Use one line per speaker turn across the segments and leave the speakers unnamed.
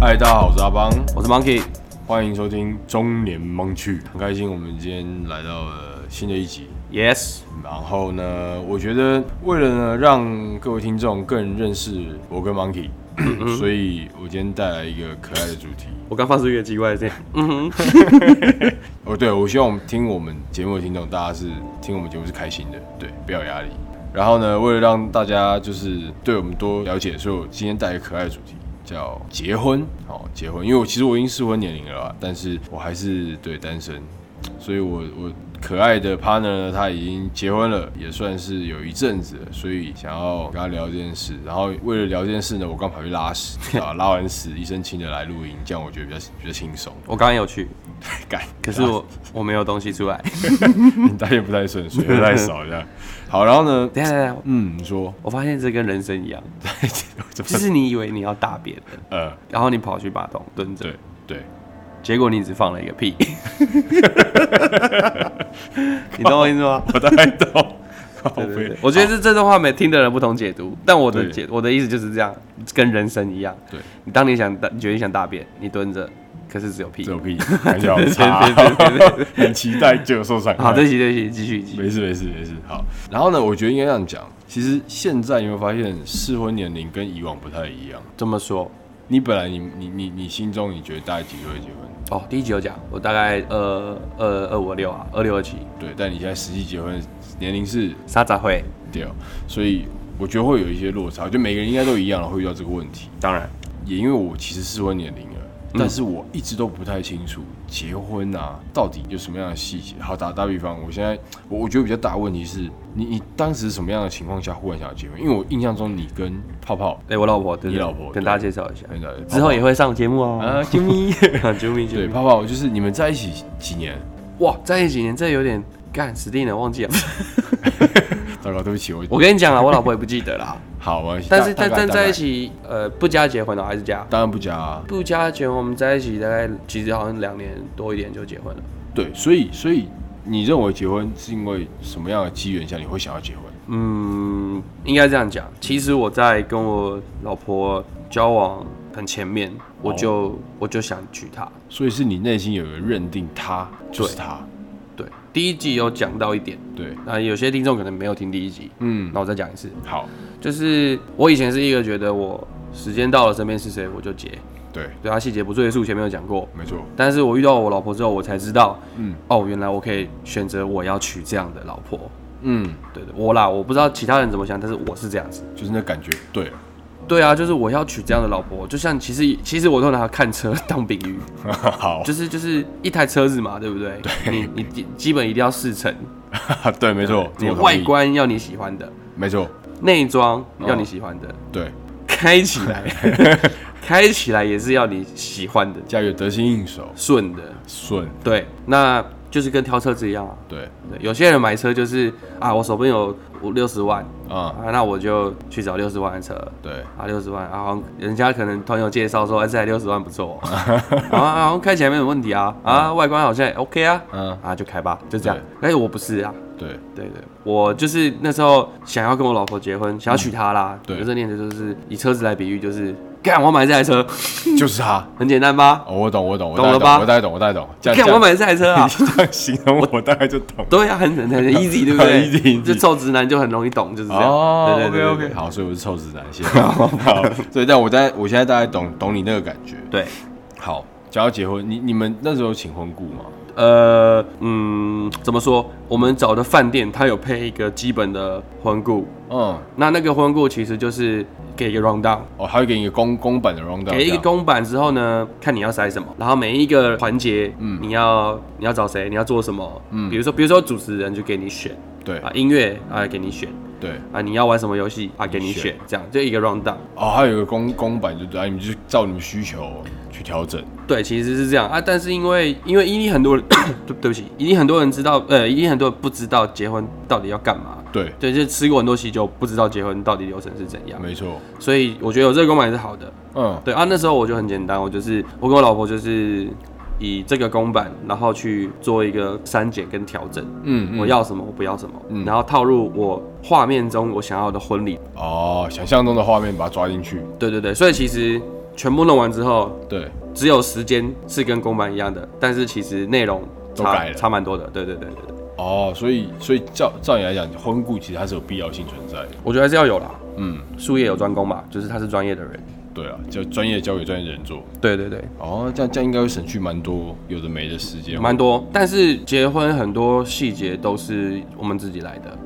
嗨，大家好，我是阿邦，
我是 Monkey，
欢迎收听中年盲区。很开心我们今天来到了新的一集。
Yes，
然后呢，我觉得为了呢让各位听众更认识我跟 Monkey，所以我今天带来一个可爱的主题。
我刚发出一个奇怪的声音，嗯哼，
哦，对，我希望我们听我们节目的听众，大家是听我们节目是开心的，对，不要有压力。然后呢，为了让大家就是对我们多了解，所以我今天带一个可爱的主题，叫结婚。好，结婚，因为我其实我已经适婚年龄了啦，但是我还是对单身，所以我我可爱的 partner 呢，他已经结婚了，也算是有一阵子了，所以想要跟他聊这件事。然后为了聊这件事呢，我刚跑去拉屎啊，拉完屎一身轻的来录音，这样我觉得比较比较轻松。
我刚刚有去，
干，
可是我我没有东西 出来。
大家也不太顺，水喝太少这样。好，然后呢？
等一下等一下，
嗯，你说，
我发现这跟人生一样，
怎么
就是你以为你要大便了，
呃，
然后你跑去马桶蹲着
对，对，
结果你只放了一个 屁，你懂我意思吗？
我大概懂。靠
对对
背
对，我觉得这这段话每听的人不同解读，但我的
对
解我的意思就是这样，跟人生一样。
对，
你当你想大，你决定想大便，你蹲着，可是只有屁
这。有屁，感觉好
对对
差，很期待就有受伤害。
好，对不起对不起，继续继续。
没事没事没事。好，然后呢？我觉得应该这样讲，其实现在有没有发现适婚年龄跟以往不太一样？
这么说，
你本来你你你你心中你觉得大概几岁会结婚？
哦，第一集有讲，我大概呃呃二五二六啊，二六二七，
对，但你现在实际结婚年龄是
沙杂会，
掉，所以我觉得会有一些落差。就每个人应该都一样了，会遇到这个问题。
当然嗯
也因为我其实适婚年龄了，但是我一直都不太清楚结婚啊到底有什么样的细节。好打打比方，我现在我我觉得比较大的问题是你你当时什么样的情况下忽然想要结婚？因为我印象中你跟泡泡
对我老婆，对
你
对
老婆
跟
对哎
大家介绍一下，
跟大家
之后也会上节目哦。
啊
啾咪，啾咪，
对
啾咪。
泡泡就是你们在一起几年？
哇，在一起几年，这有点干死定了，忘 记了。
糟糕，对不起，我
我跟你讲了，我老婆也不记得 啦。
好啊，
但是
大
但
大概
但
大概
在一起，呃，不加结婚了，还是加？
当然不加、啊。
不加结婚，我们在一起大概其实好像两年多一点就结婚了。
对，所以所以你认为结婚是因为什么样的机缘下你会想要结婚？
嗯，应该这样讲。其实我在跟我老婆交往很前面，我
哦
就、我就想娶她。
所以是你内心有一个认定他就是他，
对，第一季有讲到一点，
对，
那有些听众可能没有听第一集，
嗯，
那我再讲一次，
好，
就是我以前是一个觉得我时间到了，身边是谁我就结，
对，
对他细节不赘述，前面有讲过。
没错，
但是我遇到我老婆之后，我才知道，
嗯
哦，原来我可以选择我要娶这样的老婆。
嗯，
对对，我啦，我不知道其他人怎么想，但是我是这样子。
就是那感觉，对 了，
对啊，就是我要娶这样的老婆，就像其实其实我都拿它看车当比喻，
好，
就是就是一台车子嘛，对不对？你你基基本一定要四成，
对，没错，
你
这我同
外
意，
观要你喜欢的，
没错，
内装要你喜欢的，
对，
开起来开起来也是要你喜欢的，
驾驭得心应手，
顺的，
顺，
对，那就是跟挑车子一样啊。
对，
对，有些人买车就是啊，我手边有五六十万
啊，
啊，那我就去找六十万的车，
对，
啊，六十万啊，好像人家可能朋友介绍说，哎、这台六十万不错、哦，啊，啊好像开起来没什么问题啊，啊，外观好像也 OK 啊，
嗯，
啊，就开吧，就这样。但是我不是啊，
对，
对对，我就是那时候想要跟我老婆结婚，想要娶她啦，
嗯对
有这念的就是以车子来比喻，就是干，我要买这台车，
就是他，
很简单吧？
哦，我懂，我懂，我
懂
大概
了吧
我大概懂，我大概懂，这样，
干，
这
我
样，，
要买这台车 啊
这样形容我大概就懂。
对啊，很很 很 easy，对不对
easy，easy
就臭直男就很容易懂，就是这样。
哦
对对对对
，OK，OK，好，所以我是臭直男，谢 谢。好，所以但我在我现在大概懂懂你那个感觉。
对，
好，想要结婚，你你们那时候有请婚顾吗？
呃，嗯，怎么说？我们找的饭店，它有配一个基本的婚顾，
嗯，
那那个婚顾其实就是给一个 round down，
哦，还会给你一个公公版的 round，
给一个公版之后呢，看你要塞什么，然后每一个环节，嗯，你要你要找谁，你要做什么，嗯，比如说比如说主持人就给你选
对
啊，音乐啊给你选
对，
啊，你要玩什么游戏啊给你
选
选，这样就一个 round down。
哦，还有一个公公版就对，啊你们就照你们需求去调整。
对，其实是这样啊，但是因为因为一定很多人， 对对不起，一定很多人知道，呃，一定很多人不知道结婚到底要干嘛。
对，
对，就吃过很多喜酒，不知道结婚到底流程是怎样，
没错。
所以我觉得有这个公版也是好的。
嗯，
对啊，那时候我就很简单，我就是我跟我老婆就是以这个公版，然后去做一个删减跟调整，
嗯
我
嗯。
要什么我不要什么，然后套入我画面中我想要的婚礼。
哦，想象中的画面把它抓进去。
对对对，所以其实全部弄完之后，
对，
只有时间是跟公版一样的，但是其实内容
都
差
改了
差蛮多的。对对对对对，
哦，所以所以照照你来讲，婚顾其实它是有必要性存在的。
我觉得还是要有啦，
嗯，
术业有专攻嘛，就是他是专业的人。
对啊，叫专业交给专业人做。
对对对，
哦，这样这样应该会省去蛮多有的没的时间。
蛮多，但是结婚很多细节都是我们自己来的，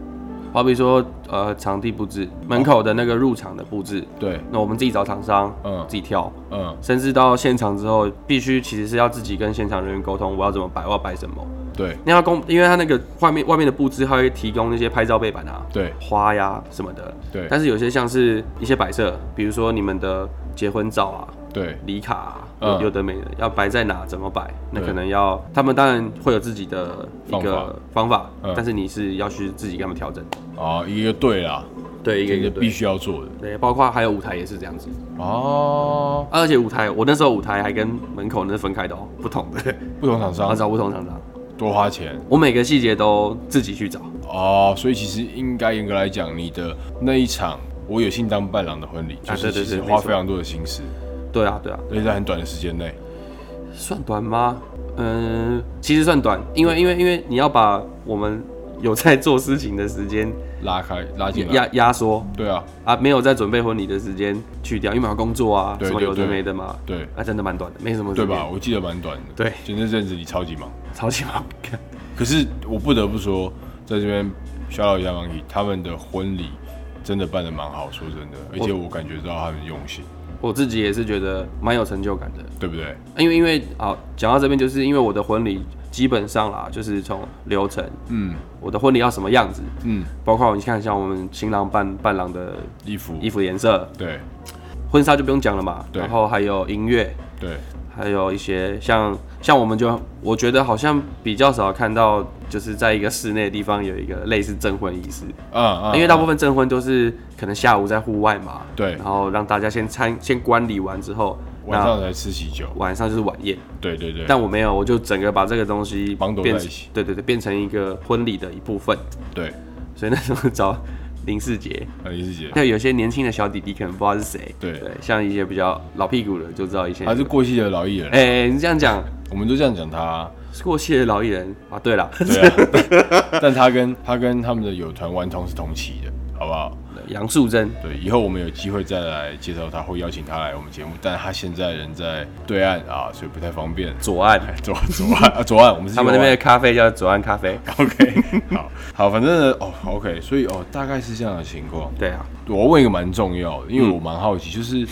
好比说呃场地布置、门口的那个入场的布置，
对，
那我们自己找厂商，
嗯
自己挑，
嗯，
甚至到现场之后，必须其实是要自己跟现场人员沟通，我要怎么摆，我要摆什么。
对
那要公，因为他那个外面外面的布置，他会提供那些拍照背板啊、
对
花呀什么的。
对
但是有些像是一些摆设，比如说你们的结婚照啊、
对
礼卡啊，
嗯
有有的没的，要摆在哪，怎么摆，那
对
可能要他们当然会有自己的一个方法，
嗯
但是你是要去自己给他们调整的。
啊，一个对啦，
对，
一个必须要做的。
对，包括还有舞台也是这样子，啊
哦，
而且舞台我那时候舞台还跟门口那是分开的哦，不同 的，
不同厂
然后
商
找不同厂商，
多花钱
我每个细节都自己去找。
哦，所以其实应该严格来讲，你的那一场我有幸当伴郎的婚礼，就
啊
是
对对
其实
对没
花
错
非常多的心思，
对啊，对啊，
而且在很短的时间内。
算短吗？嗯，其实算短，因为因为因为你要把我们有在做事情的时间
拉开拉进来，
压压缩
对啊，
啊，没有在准备婚礼的时间去掉，因为还要工作啊，
对
什么
对
有的
对
没的嘛，
对
啊，真的蛮短的，没什么时
对
间
吧？？我记得蛮短的，
对，
就那阵子你超级忙。
超级忙，
可是我不得不说，在这边小老一下 Monkey，他们的婚礼真的办得蛮好，说真的，而且我感觉到他们用心，
我自己也是觉得蛮有成就感的，啊
对不对？
因为因为好讲到这边，就是因为我的婚礼基本上啦，就是从流程，
嗯
我的婚礼要什么样子，
嗯，
包括你看像我们新郎伴伴郎的
衣服
衣服颜色，
对
婚纱就不用讲了嘛，
对
然后还有音乐，
对
还有一些像像我们就我觉得好像比较少看到，就是在一个室内的地方有一个类似证婚仪式，
啊啊，
因为大部
分
分证婚都是可能下午在户外嘛，
对
然后让大家先参先观礼完之后，
晚上
那
才吃喜酒，
晚上就是晚宴，
对对对，
但我没有，我就整个把这个东西
绑斗在
变
一
成
起
对对对，变成一个婚礼的一部分，
对，
所以那时候找林世杰。
啊林世杰，
那有些年轻的小弟弟可能不知道是谁，
对
对，像一些比较老屁股的就知道以前
还是过气的老艺人，
哎、你这样讲
我们都这样讲他，
是过气的老艺人啊？对了，
对啊， 但他跟他跟他们的友团顽童是同期的，好不好？
杨素贞，
对，以后我们有机会再来介绍他，会邀请他来我们节目，但他现在人在对岸啊，所以不太方便。
左岸，
左左岸哎啊， 左岸，我们是
他们那
右岸
边的咖啡叫左岸咖啡。
OK，好 好，反正呢，哦，OK，所以哦，大概是这样的情况。
对啊，
我要问一个蛮重要的，因
嗯
为我蛮好奇，就是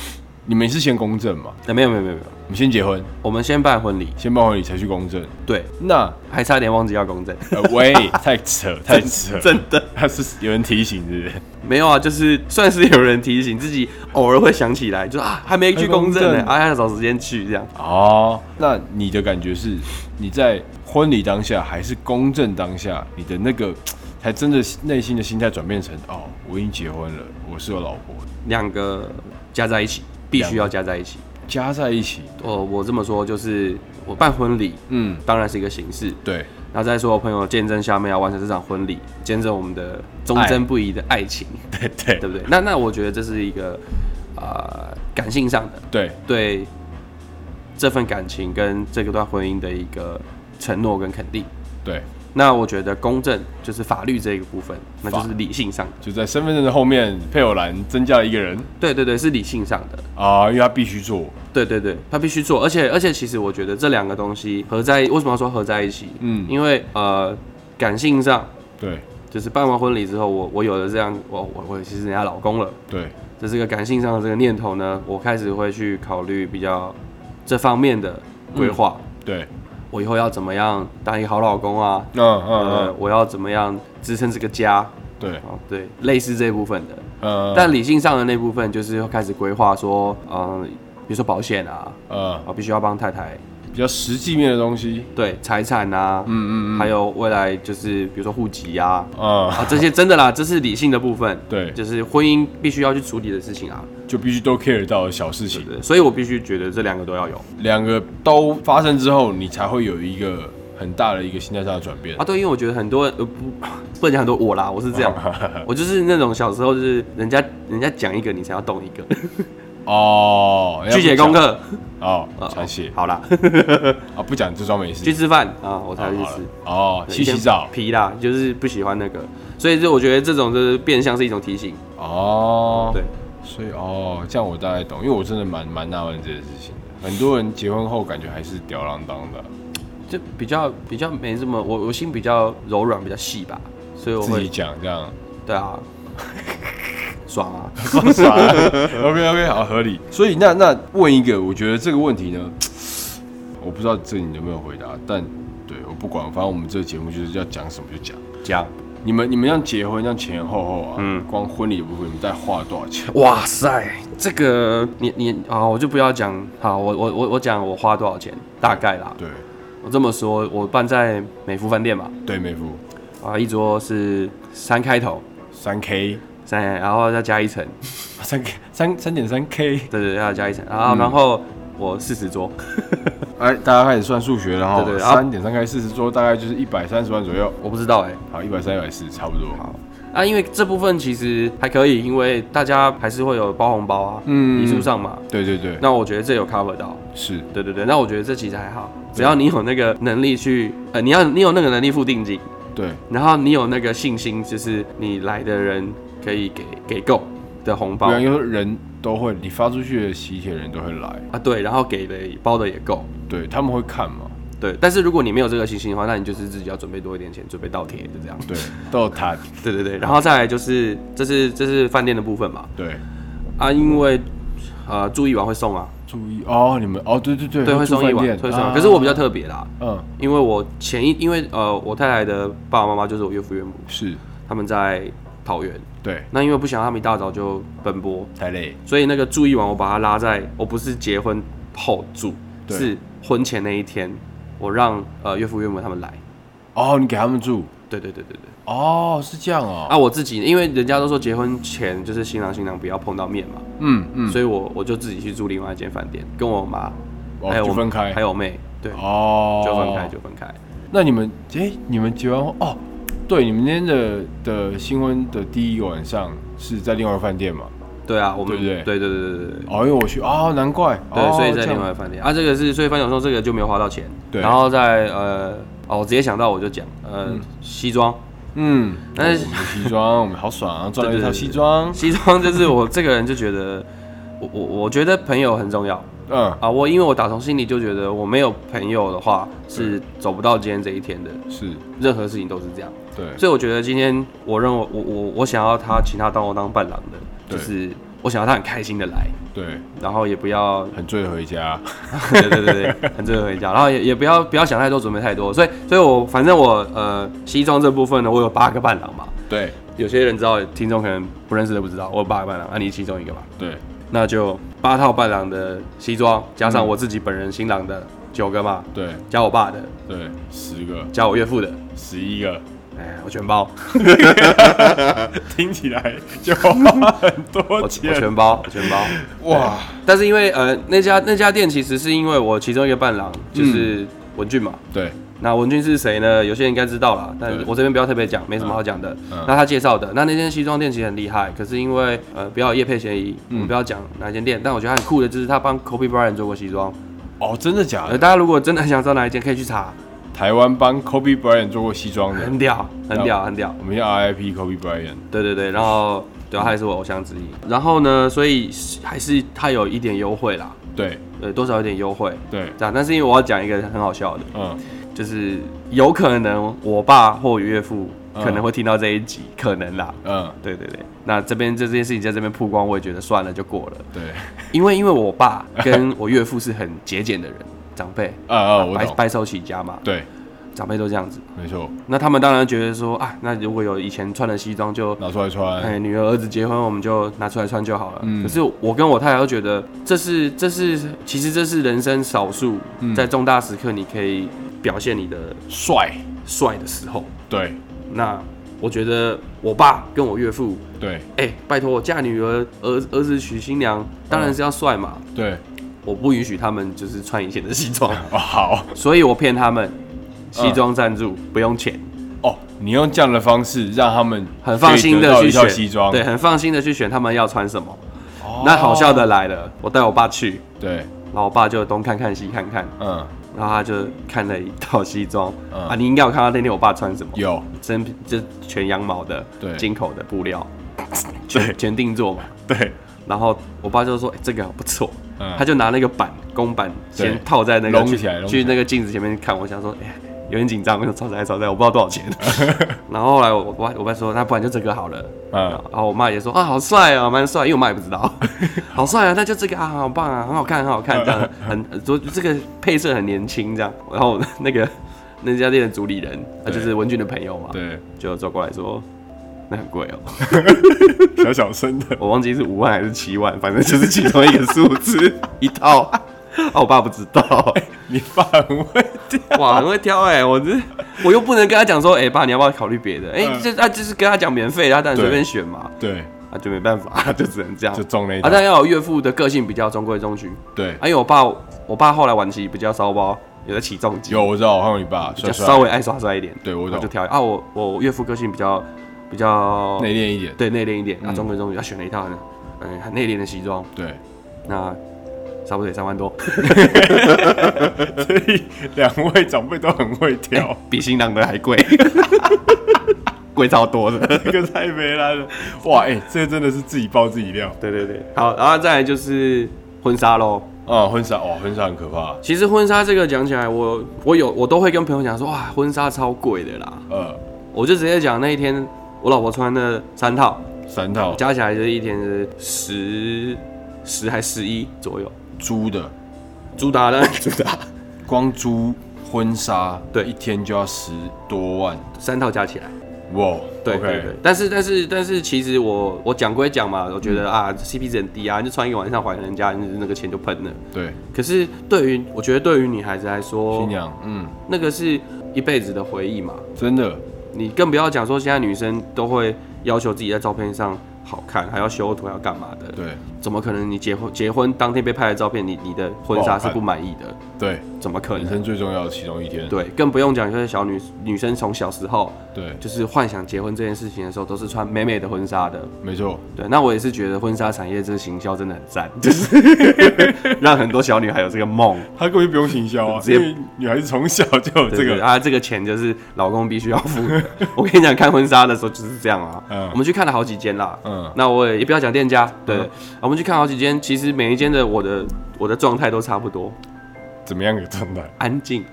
你们是先公证嘛？
哎、没有没有没有没有，
你们先结婚，
我们先办婚礼，
先办婚礼才去公证。
对，
那
还差点忘记要公证，
呃， 喂，太扯，太扯，
真的
他是有人提醒，是不是？
没有啊，就是算是有人提醒自己，偶尔会想起来，就啊还没去公证
还
呢，
没公证
啊要找时间去这样。
哦，那你的感觉是你在婚礼当下还是公证当下，你的那个才真的内心的心态转变成哦，我已经结婚了，我是有老婆的，
两个加在一起，必须要加在一起。
加在一起，
哦，我这么说就是我办婚礼，
嗯，
当然是一个形式，
对，
然后在所有朋友的见证下面要完成这场婚礼，见证我们的忠贞不移的爱情。
对对
对不对？那那我觉得这是一个呃感性上的
对
对这份感情跟这个段婚姻的一个承诺跟肯定。
对，
那我觉得公正就是法律这一个部分，那就是理性上的。
就在身份证的后面，配偶栏增加了一个人
对对对，是理性上的。
啊、因为他必须做，
对对对，他必须做，而且而且，其实我觉得这两个东西合在为什么要说合在一起？
嗯
因为呃，感性上
对
就是办完婚礼之后，我我有了这样，我我我其实人家老公了，
对
这是个感性上的这个念头呢，我开始会去考虑比较这方面的规
嗯
划。
对，
我以后要怎么样当一个好老公啊？
嗯嗯
呃
嗯，，
我要怎么样支撑这个家？
对，
哦，对，类似这一部分的。
嗯，
但理性上的那部分，就是会开始规划说，嗯、比如说保险啊，
呃
啊，必须要帮太太
比较实际面的东西，
对财产啊，嗯嗯还有未来就是比如说户籍啊，
啊、
啊，这些真的啦，这是理性的部分。
对
就是婚姻必须要去处理的事情啊，
就必须都 care 到的小事
对
情
不。对？所以我必须觉得这两个都要有。
两个都发生之后，你才会有一个很大的一个心态上的转变
啊，。对，因为我觉得很多人呃不 不能讲很多我啦， 我是这样，我就是那种小时候就是人家人家讲一个你才要动一个，
哦，
去写功课，
哦
哦，
才写
好啦，
啊，不讲就装没事。
去吃饭啊，我才
哦
去
好
吃
了。哦，去洗澡
皮啦，就是不喜欢那个，所以这我觉得这种就是变相是一种提醒。
哦，
对，
所以哦，这样我大概懂，因为我真的蛮蛮纳闷这件事情的。很多人结婚后感觉还是吊儿郎当的，啊
就比较比较没这么，我我心比较柔软，比较细吧，所以我
自己
会
讲这样，
对 啊，爽啊，
爽啥？OK OK，好合理。所以那那问一个，我觉得这个问题呢，我不知道这你能不能回答，但对我不管，反正我们这个节目就是要讲什么就讲。
讲，
你们你们像结婚，像前前后后啊，
嗯
光婚礼的部分，你们大概花了多少钱？
哇塞，这个你你啊，我就不要讲，好，我我我我讲我花多少钱，大概啦，
对
我这么说，我办在美孚饭店嘛，
对，妹夫
啊，一桌是三开头，
三 K，
三，然后再加一层，
三 K 三三点三 K。
对对，要加一层，然后然后我四十桌，
哎，大家开始算数学了
对
哈，
对啊
三点三开四十桌，大概就是一百三十万左右，
我不知道哎、
好，一百三、一百四，差不多。
好啊，因为这部分其实还可以，因为大家还是会有包红包啊，
嗯
礼数上嘛。
对对对，
那我觉得这有 cover 到，
是
对对对，那我觉得这其实还好，只要你有那个能力去，呃，你要你有那个能力付定金，
对，
然后你有那个信心，就是你来的人可以给给够的红包
不然因为人都会，你发出去的喜帖人都会来，
啊，对，然后给的包的也够，
对他们会看嘛，
对。但是如果你没有这个信心的话，那你就是自己要准备多一点钱，准备倒贴，就这样。
对， 都有谈，
对对对，然后再来就是这是这是饭店的部分嘛，
对，
啊，因为呃住一晚会送啊，
注意哦，你们哦，对对对，
对，会
住
送一
饭
碗，
店
会送一碗。
啊
可是我比较特别啦，
嗯
因为我前一，因为呃，我太太的爸爸妈妈就是我岳父岳母，
是，
他们在桃园。
对，
那因为不想让他们一大早就奔波，
太累，
所以那个住一晚，我把他拉在，我不是结婚后住，
对
是婚前那一天，我让呃岳父岳母他们来。
哦，你给他们住，
对对对对对。
哦，是这样哦，
啊，我自己因为人家都说结婚前就是新郎新娘不要碰到面嘛，
嗯嗯，
所以我我就自己去住另外一间饭店，跟我妈
哦
还有
就
哎我
分开
还有我妹，对，
哦，
就分开就分开。
那你们哎、你们结完婚哦？对，你们今天的的新婚的第一个晚上是在另外一个饭店嘛？
对啊，我
对
们
不
对对对对对对
哦，因为我去哦，难怪
对，
哦、
所以在
这样
另外饭店啊，这个是所以翻手说这个就没有花到钱，
对
然后在呃哦，我直接想到我就讲呃西装，
嗯，
但
但
是
是、我们西装，我们好爽啊，赚了一套
对对对
西装，
西装就是我这个人就觉得我我我觉得朋友很重要
嗯，
啊，我因为我打从心里就觉得我没有朋友的话是走不到今天这一天的，
嗯是
任何事情都是这样，
对，
所以我觉得今天我认为我我我想要他请他当我当伴郎的，
对
就是我想要他很开心的来，
对，
然后也不要
很醉回家，
对对对对，很值得回家。然后也也不要不要想太多，准备太多。所以所以我反正我呃西装这部分呢，我有八个伴郎嘛。
对
有些人知道，听众可能不认识的不知道，我有八个伴郎，啊，你其中一个吧。
对，
那就八套伴郎的西装，加上我自己本人新郎的九个嘛，
对
加我爸的，
对，十个，
加我岳父的，
十一个，
哎，我全包，
听起来就花很多
我我全包，我全包。
哇，
但是因为呃那家那家店其实是因为我其中一个伴郎就是文俊嘛，
对，
那文俊是谁呢？有些人应该知道啦，但
嗯对
我这边不要特别讲，没什么好讲的。
嗯
那他介绍的，那那间西装店其实很厉害，可是因为呃不要叶配嫌疑，我
嗯
们不要讲哪间店，但我觉得他很酷的就是他帮 Kobe Bryant 做过西装。
哦，真的假
呃，
的？
大家如果真的很想知道哪一间，可以去查，
台湾帮 Kobe Bryant 做过西装的，
很屌，
哎
很屌，很屌。
我们要 RIP Kobe Bryant，
对对对，然后对啊，他也是我偶像之一。然后呢，所以是还是他有一点优惠啦，
对
呃，多少有点优惠。
对，
这样，但是因为我要讲一个很好笑的，
嗯。
就是有可能我爸或我岳父可能
嗯
会听到这一集，可能啦。
嗯，
对对对，那这边这这件事情在这边曝光，我也觉得算了就过了，
对，
因为因为我爸跟我岳父是很节俭的人，长辈
啊啊，我
白
懂，
白手起家嘛，
对，
长辈都这样子。
没错，
那他们当然觉得说啊，那如果有以前穿的西装就，
拿出来穿，
哎，女儿儿子结婚我们就拿出来穿就好了。
嗯
可是我跟我太太都觉得这是这是其实这是人生少数、
嗯
在重大时刻你可以表现你的
帅，
帅的时候。
对
那我觉得我爸跟我岳父
对
哎、拜托，我嫁女儿儿儿子娶
嗯
新娘，当然是要帅嘛。
对，
我不允许他们就是穿以前的西装，
哦好，
所以我骗他们，西装赞助、
嗯
不用钱，
哦，你用这样的方式让他们
很放心
可以得
的
到
去
一套
选
西装，
对，很放心的去选他们要穿什么。
哦，
那好笑的来了，我带我爸去，
对，
然后我爸就东看看西看看，
嗯，
然后他就看了一套西装、
嗯
啊，你应该有看到那天我爸穿什么，
有，
真皮就全羊毛的，
对
进口的布料，
对
全全定做嘛。
对，
然后我爸就说：“哎、这个不错。
嗯
他就拿那个板公板
对
先套在那个
拢
去
起来拢起
去
来
那个镜子前面看。我想说，哎、呀，有点紧张，我想超载超载，我不知道 多少钱。然后后来我我爸我爸说，那不然就这个好了。
嗯，
然后我妈也说啊，好帅啊，蛮帅，因为我妈也不知 道，好帅啊，那就这个啊，好棒啊，很好看，很好看，这样很说这个配色很年轻这样。然后那个那家店的主理人，他就是文俊的朋友嘛，
对，
就走过来说，那很贵哦、
小小声的，
我忘记是五万还是七万，反正就是其中一个数字 一套。啊，我爸不知道，
你爸很会欸跳，
哇，很会挑哎、我这我又不能跟他讲说，哎、爸，你要不要考虑别的？哎、
嗯
这啊就是跟他讲免费，他当然随便选嘛，
对，
啊就没办法， 就只能这样。
就中那一
啊，
套，
但要有岳父的个性比较中规中矩，
对
啊，，因为我爸，我爸后来晚期比较骚包，有在起重机，
有我知道，我看过你爸，
比较
帅帅，
稍微爱耍帅一点，
对我
我就
懂，
挑啊，我我岳父个性比较比较
内敛一嗯点，
对内敛一点，啊中规中矩，他、选了一套很嗯很内敛的西装，
对，
那差不多也三万多，
所以两位长辈都很会跳，
比新郎的还贵， 贵超 多的。
这个太没啦了，哇，哎，这个真的是自己爆自己料，
对对对，好，然后再来就是婚纱喽。
啊，婚纱，哇，婚纱很可怕，
其实婚纱这个讲起来我，我有我都会跟朋友讲说，哇，婚纱超贵的啦。
呃，
我就直接讲那一天我老婆穿的三套，
三套
加起来就是一天是十十还十一左右。
租的，
主打 的主打
光租婚纱，
对
一天就要十多万，
三套加起来，
哇，
对
OK
对对，但是但是但是，其实我我讲归讲嘛，我觉得啊，CP 值很低啊，你就穿一个晚上还人家，你那个钱就喷了。
对，
可是对于我觉得对于女孩子来说
新，娘，嗯，
那个是一辈子的回忆嘛。
真的，
你更不要讲说现在女生都会要求自己在照片上好看，还要修图，还要干嘛的？
对
怎么可能？你结婚结婚当天被拍的照片，你你的婚
不好
纱是
看
不满意的？
对，
怎么可
人
能？
生最重要的其中一天，
对，更不用讲，就是小女女生从小时候
对，
就是幻想结婚这件事情的时候，都是穿美美的婚纱的。
没错，
对，那我也是觉得婚纱产业这个行销真的很赞，就是 让很多小女孩有这个梦。
他根本就不用行销啊，
直接
因为女孩子从小就有
对
这
对
个，
啊，这个钱就是老公必须要付的。 我跟你讲，看婚纱的时候就是这样啊。
嗯
我们去看了好几间啦。
嗯
那我也也不要讲店家，对，啊
嗯
我们去看好几间，其实每一间的我的我的状态都差不多，
怎么样的状态？
安静，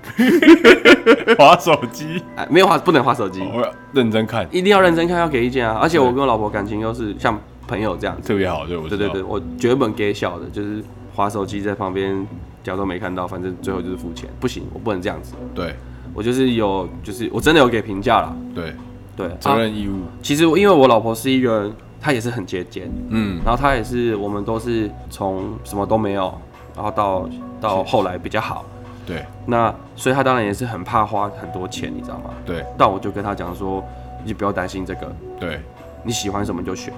划手机，
哎，没有划不能划手 机，
我要认真看，
一定要认真看，要给意见啊。而且我
哦对
跟我老婆感情又是像朋友这样子，
特别好，对我知
对
道
对对，，我绝本给小的，就是划手机在旁边假装没看到，反正最后就是付钱，不行，我不能这样子，
对
我就是有就是我真的有给评价啦。
对，
对，
责
啊
任义务，
其实我因为我老婆是一个，她也是很节俭，
嗯，
然后她也是我们都是从什么都没有，然后到到后来比较好。
对
那所以她当然也是很怕花很多钱，你知道吗？
对
但我就跟她讲说，你就不要担心这个，
对
你喜欢什么就选，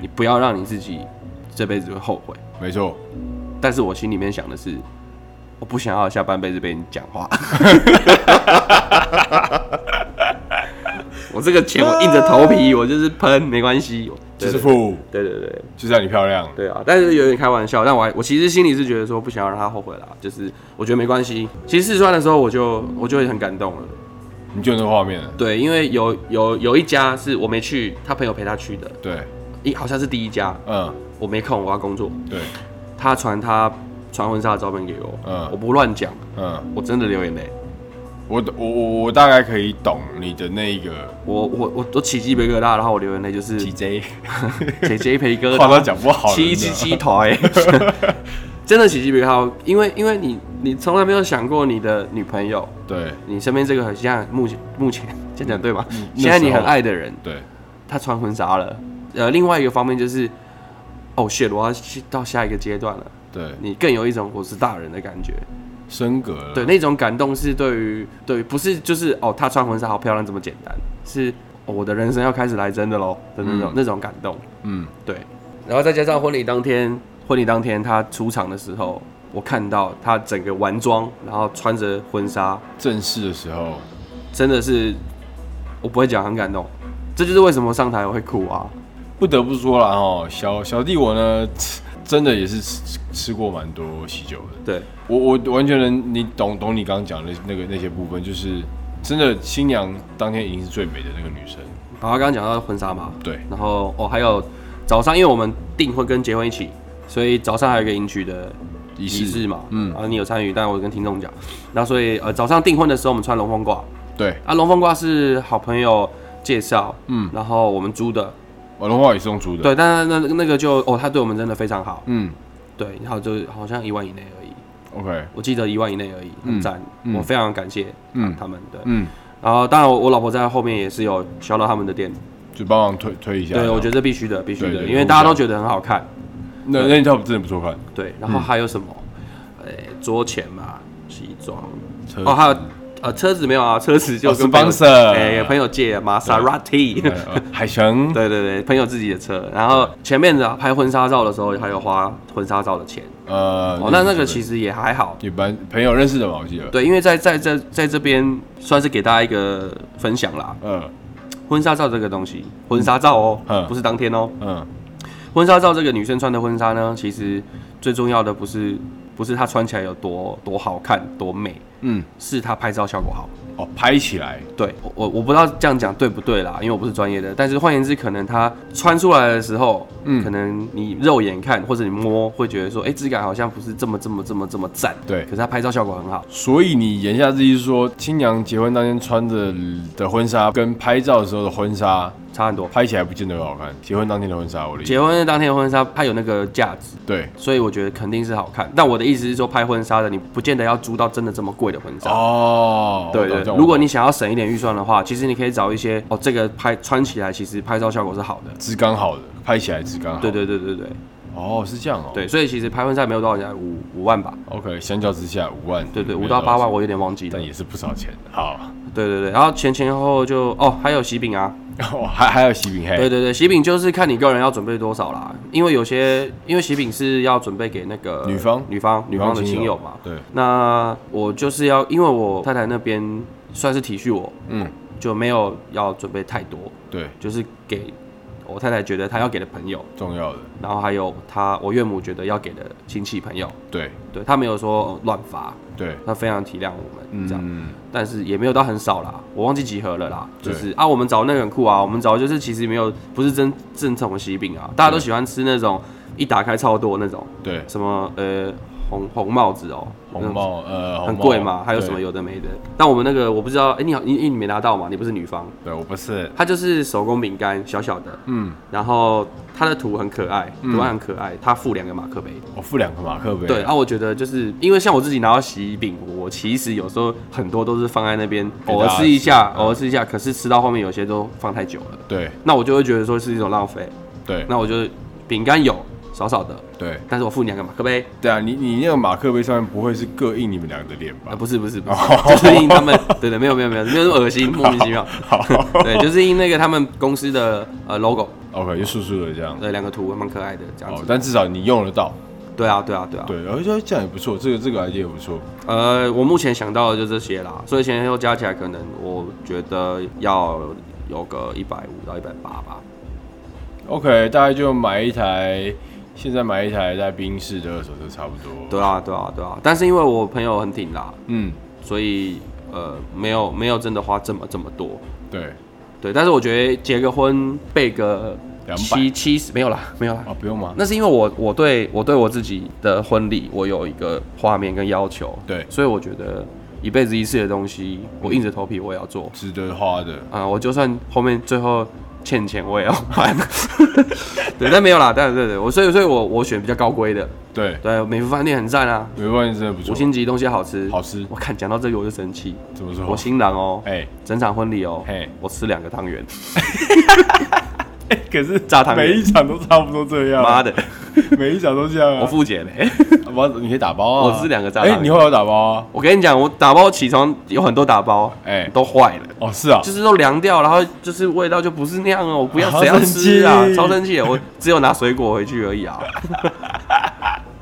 你
对，
不要让你自己这辈子会后悔。
没错，
但是我心里面想的是，我不想要下半辈子被你讲话。 我这个钱我硬着头皮，我就是喷，没关系，
就是付，
对对对
就是让你漂亮，
对啊！但是有点开玩笑，但我还我其实心里是觉得说不想要让他后悔啦，就是我觉得没关系。其实试穿的时候，我就我就很感动了，
你就有那个画面了，
对，因为有有有一家是我没去，他朋友陪他去的，
对，
一好像是第一家，
嗯，
我没空，我要工作，
对，
他传他传婚纱的照片给我，
嗯
我不乱讲，
嗯。
我真的流眼泪，
我我我我大概可以懂你的那一个
我我我我起鸡皮疙瘩，然后我流眼泪，就是
J，
姐姐培哥
话都讲不好了，
七七七台， 真的起鸡皮疙瘩，因为因为你你从来没有想过你的女朋友，
对
你身边这个很像目前目前这样讲对吗？
嗯那时候
现在你很爱的人，
对
他穿婚纱了，呃，另外一个方面就是，哦 shit，我要去到下一个阶段了，
对，
你更有一种我是大人的感觉，
升格了，
对，那种感动是对于对，不是就是哦，她穿婚纱好漂亮这么简单，是、哦、我的人生要开始来真的喽的那种、
嗯
那种感动，
嗯，
对。然后再加上婚礼当天，婚礼当天她出场的时候，我看到她整个完妆，然后穿着婚纱，
正式的时候，
真的是我不会讲很感动，这就是为什么上台我会哭啊，
不得不说了哦，小小弟我呢，真的也是吃吃过蛮多喜酒的。
对，
我我完全能，你懂懂你刚刚讲的那那个那些部分，就是真的新娘当天一定是最美的那个女生。
然后刚刚讲到婚纱嘛，
对，
然后哦还有早上，因为我们订婚跟结婚一起，所以早上还有一个迎娶的
仪
仪
式
式嘛，
嗯
嗯，啊你有参与，但我跟听众讲，那所以呃早上订婚的时候我们穿龙凤褂，
对，
啊龙凤褂是好朋友介绍，
嗯
嗯，然后我们租的，
我的话也是用租的。，
对，但那那那个就哦他对我们真的非常好，
嗯
对，然后就好像一万以内而已，
，OK，
我记得一万以内而已，
嗯
很赞，
嗯
我非常感谢
嗯
他们，对，
嗯，
然后当然我我老婆在后面也是有销到他们的店，
就帮忙推推一下。
对，我觉
得
得这必须的，必须
对
的，
对
因为大家都觉得很好看。
那那一套真的不错看。
对，然后
嗯
还有什么？呃、桌前嘛，西装
车
哦，还有
子
呃车子没有啊，车子就
哦
跟朋友
sponsor
哎、朋友借玛莎拉蒂，
呃呃海城，
对对对，朋友自己的车。然后前面的拍婚纱照的时候，还有花婚纱照的钱。
呃，
哦，那那个其
实
实也还好。
一般朋友认识的嘛，我记得。
对，因为在在在在这边算是给大家一个分享啦。
嗯
婚纱照这个东西，婚纱照哦，
嗯
不是当天哦，
嗯，
婚纱照这个女生穿的婚纱呢，其实最重要的不是不是她穿起来有多多好看多美，
嗯，
是她拍照效果好。
哦，拍起来，
对我我我不知道这样讲对不对啦，因为我不是专业的。但是换言之，可能她穿出来的时候，
嗯
嗯，可能你肉眼看或者你摸会觉得说，哎、质感好像不是这么这么这么这么赞。
对
可是她拍照效果很好。
所以你言下之意是说，新娘结婚当天穿的的婚纱跟拍照的时候的婚纱
差很多。
拍起来不见得好看。结婚当天的婚纱，我的意思。
结婚当天的婚纱，它有那个价值，
对，
所以我觉得肯定是好看。但我的意思是说，拍婚纱的你不见得要租到真的这么贵的婚纱。
哦，
对
我懂
对
这，样
如果
我懂
你想要省一点预算的话，其实你可以找一些哦，这个拍穿起来其实拍照效果是好的。
质感好的，拍起来质感好，
对，对对对对
哦，是这样哦，
对，所以其实拍婚纱没有多少钱，五五万吧，
，OK，相较之下五万，
对对，
没
五
有
到八
少
万，
钱，
我有点忘记了
但。也是不少钱，好，
对对对，然后前前后后就哦，还有喜饼啊，
哦，还还有喜饼
对
黑，
对对，喜饼就是看你个人要准备多少啦，因为有些因为喜饼是要准备给那个
女方
女方女方的亲友嘛，
对，
那我就是要因为我太太那边算是体恤我，
嗯，
就没有要准备太多，
对，
就是给我太太觉得她要给的朋友。
重要的，
然后还有他我岳母觉得要给的亲戚朋友，
对
对他没有说呃乱发，
对，
他非常体谅我们这样，
嗯，
但是也没有到很少啦，我忘记集合了啦，
对
就是啊，我们找那个很酷啊，我们找就是其实没有不是真正统的喜饼啊，大家都喜欢吃那种一打开超多那种
对，
什么呃红红帽子哦，
红帽，呃，
那种
红
很
帽
贵嘛，还有
对
什么有的没的，但我们那个我不知道，哎你好你你你没拿到嘛，你不是女方，
对我不是，
它就是手工饼干小小的，
嗯，
然后它的图很可爱，图案很可爱，它附两个马克杯。
我付两个马克杯，
对，啊，我觉得就是因为像我自己拿到喜饼，我其实有时候很多都是放在那边，
给
偶
大
尔
家
吃一下，
吃
偶尔吃一下，可是吃到后面有些都放太久了，
对
那我就会觉得说是一种浪费。
对
啊那我就饼干有少少的，
对
但是我付两个马克杯，
对啊，你你那个马克杯上面不会是各印你们两个的脸
啊
吧？
不是不是不
哦
是， 就是因他们，对对，没有没有没有没有那么恶心，莫名 其妙，
好
对，就是因那个他们公司的呃 logo
，OK，就素素的这样，
呃两个图蛮可爱的这样
哦
子，，
但至少你用得到，
对啊对啊对啊，
对，然后就这样也不错，这个这个 idea 也不错，
呃，我目前想到的就这些啦，所以前后加起来可能我觉得要有个一百五到一百八吧。
OK，大概就买一台，现在买一台在宾士的二手车差不多。
对啊，对啊，对啊。但是因为我朋友很挺啦，
嗯，
所以呃没有没有真的花这么这么多。
对，
对，但是我觉得结个婚备个
200
七七十没有啦，没有啦。
啊，不用吗？
那是因为我我对我对我自己的婚礼我有一个画面跟要求，
对
所以我觉得一辈子一次的东西，我硬着头皮我也要做。
值得花的，
啊、我就算后面最后欠钱，我也要还。 对，但没有啦，但对对，我所以所以我我选比较高规的，
对，
对，美福饭店很赞啊，
没关系，真的不错
五。星级东西好吃，
好吃
我看讲到这个我就生气，
怎么说？
我新郎哦，
哎，
整场婚礼哦
嘿，
我吃两个汤圆，
可是
炸汤圆
每一场都差不多这样。
妈的，，
每一场都这样啊。
我付钱嘞。
啊，我你可以打包啊。
我吃两个炸
哎，
汤
你会有打包啊？
我跟你讲，我打包起床有很多打包，
哎
都坏了。
哦，是啊
就。是都凉掉，然后就是味道就不是那样哦，我不要
好
谁要
生
吃啊，
气
超生气的，我只有拿水果回去而已啊。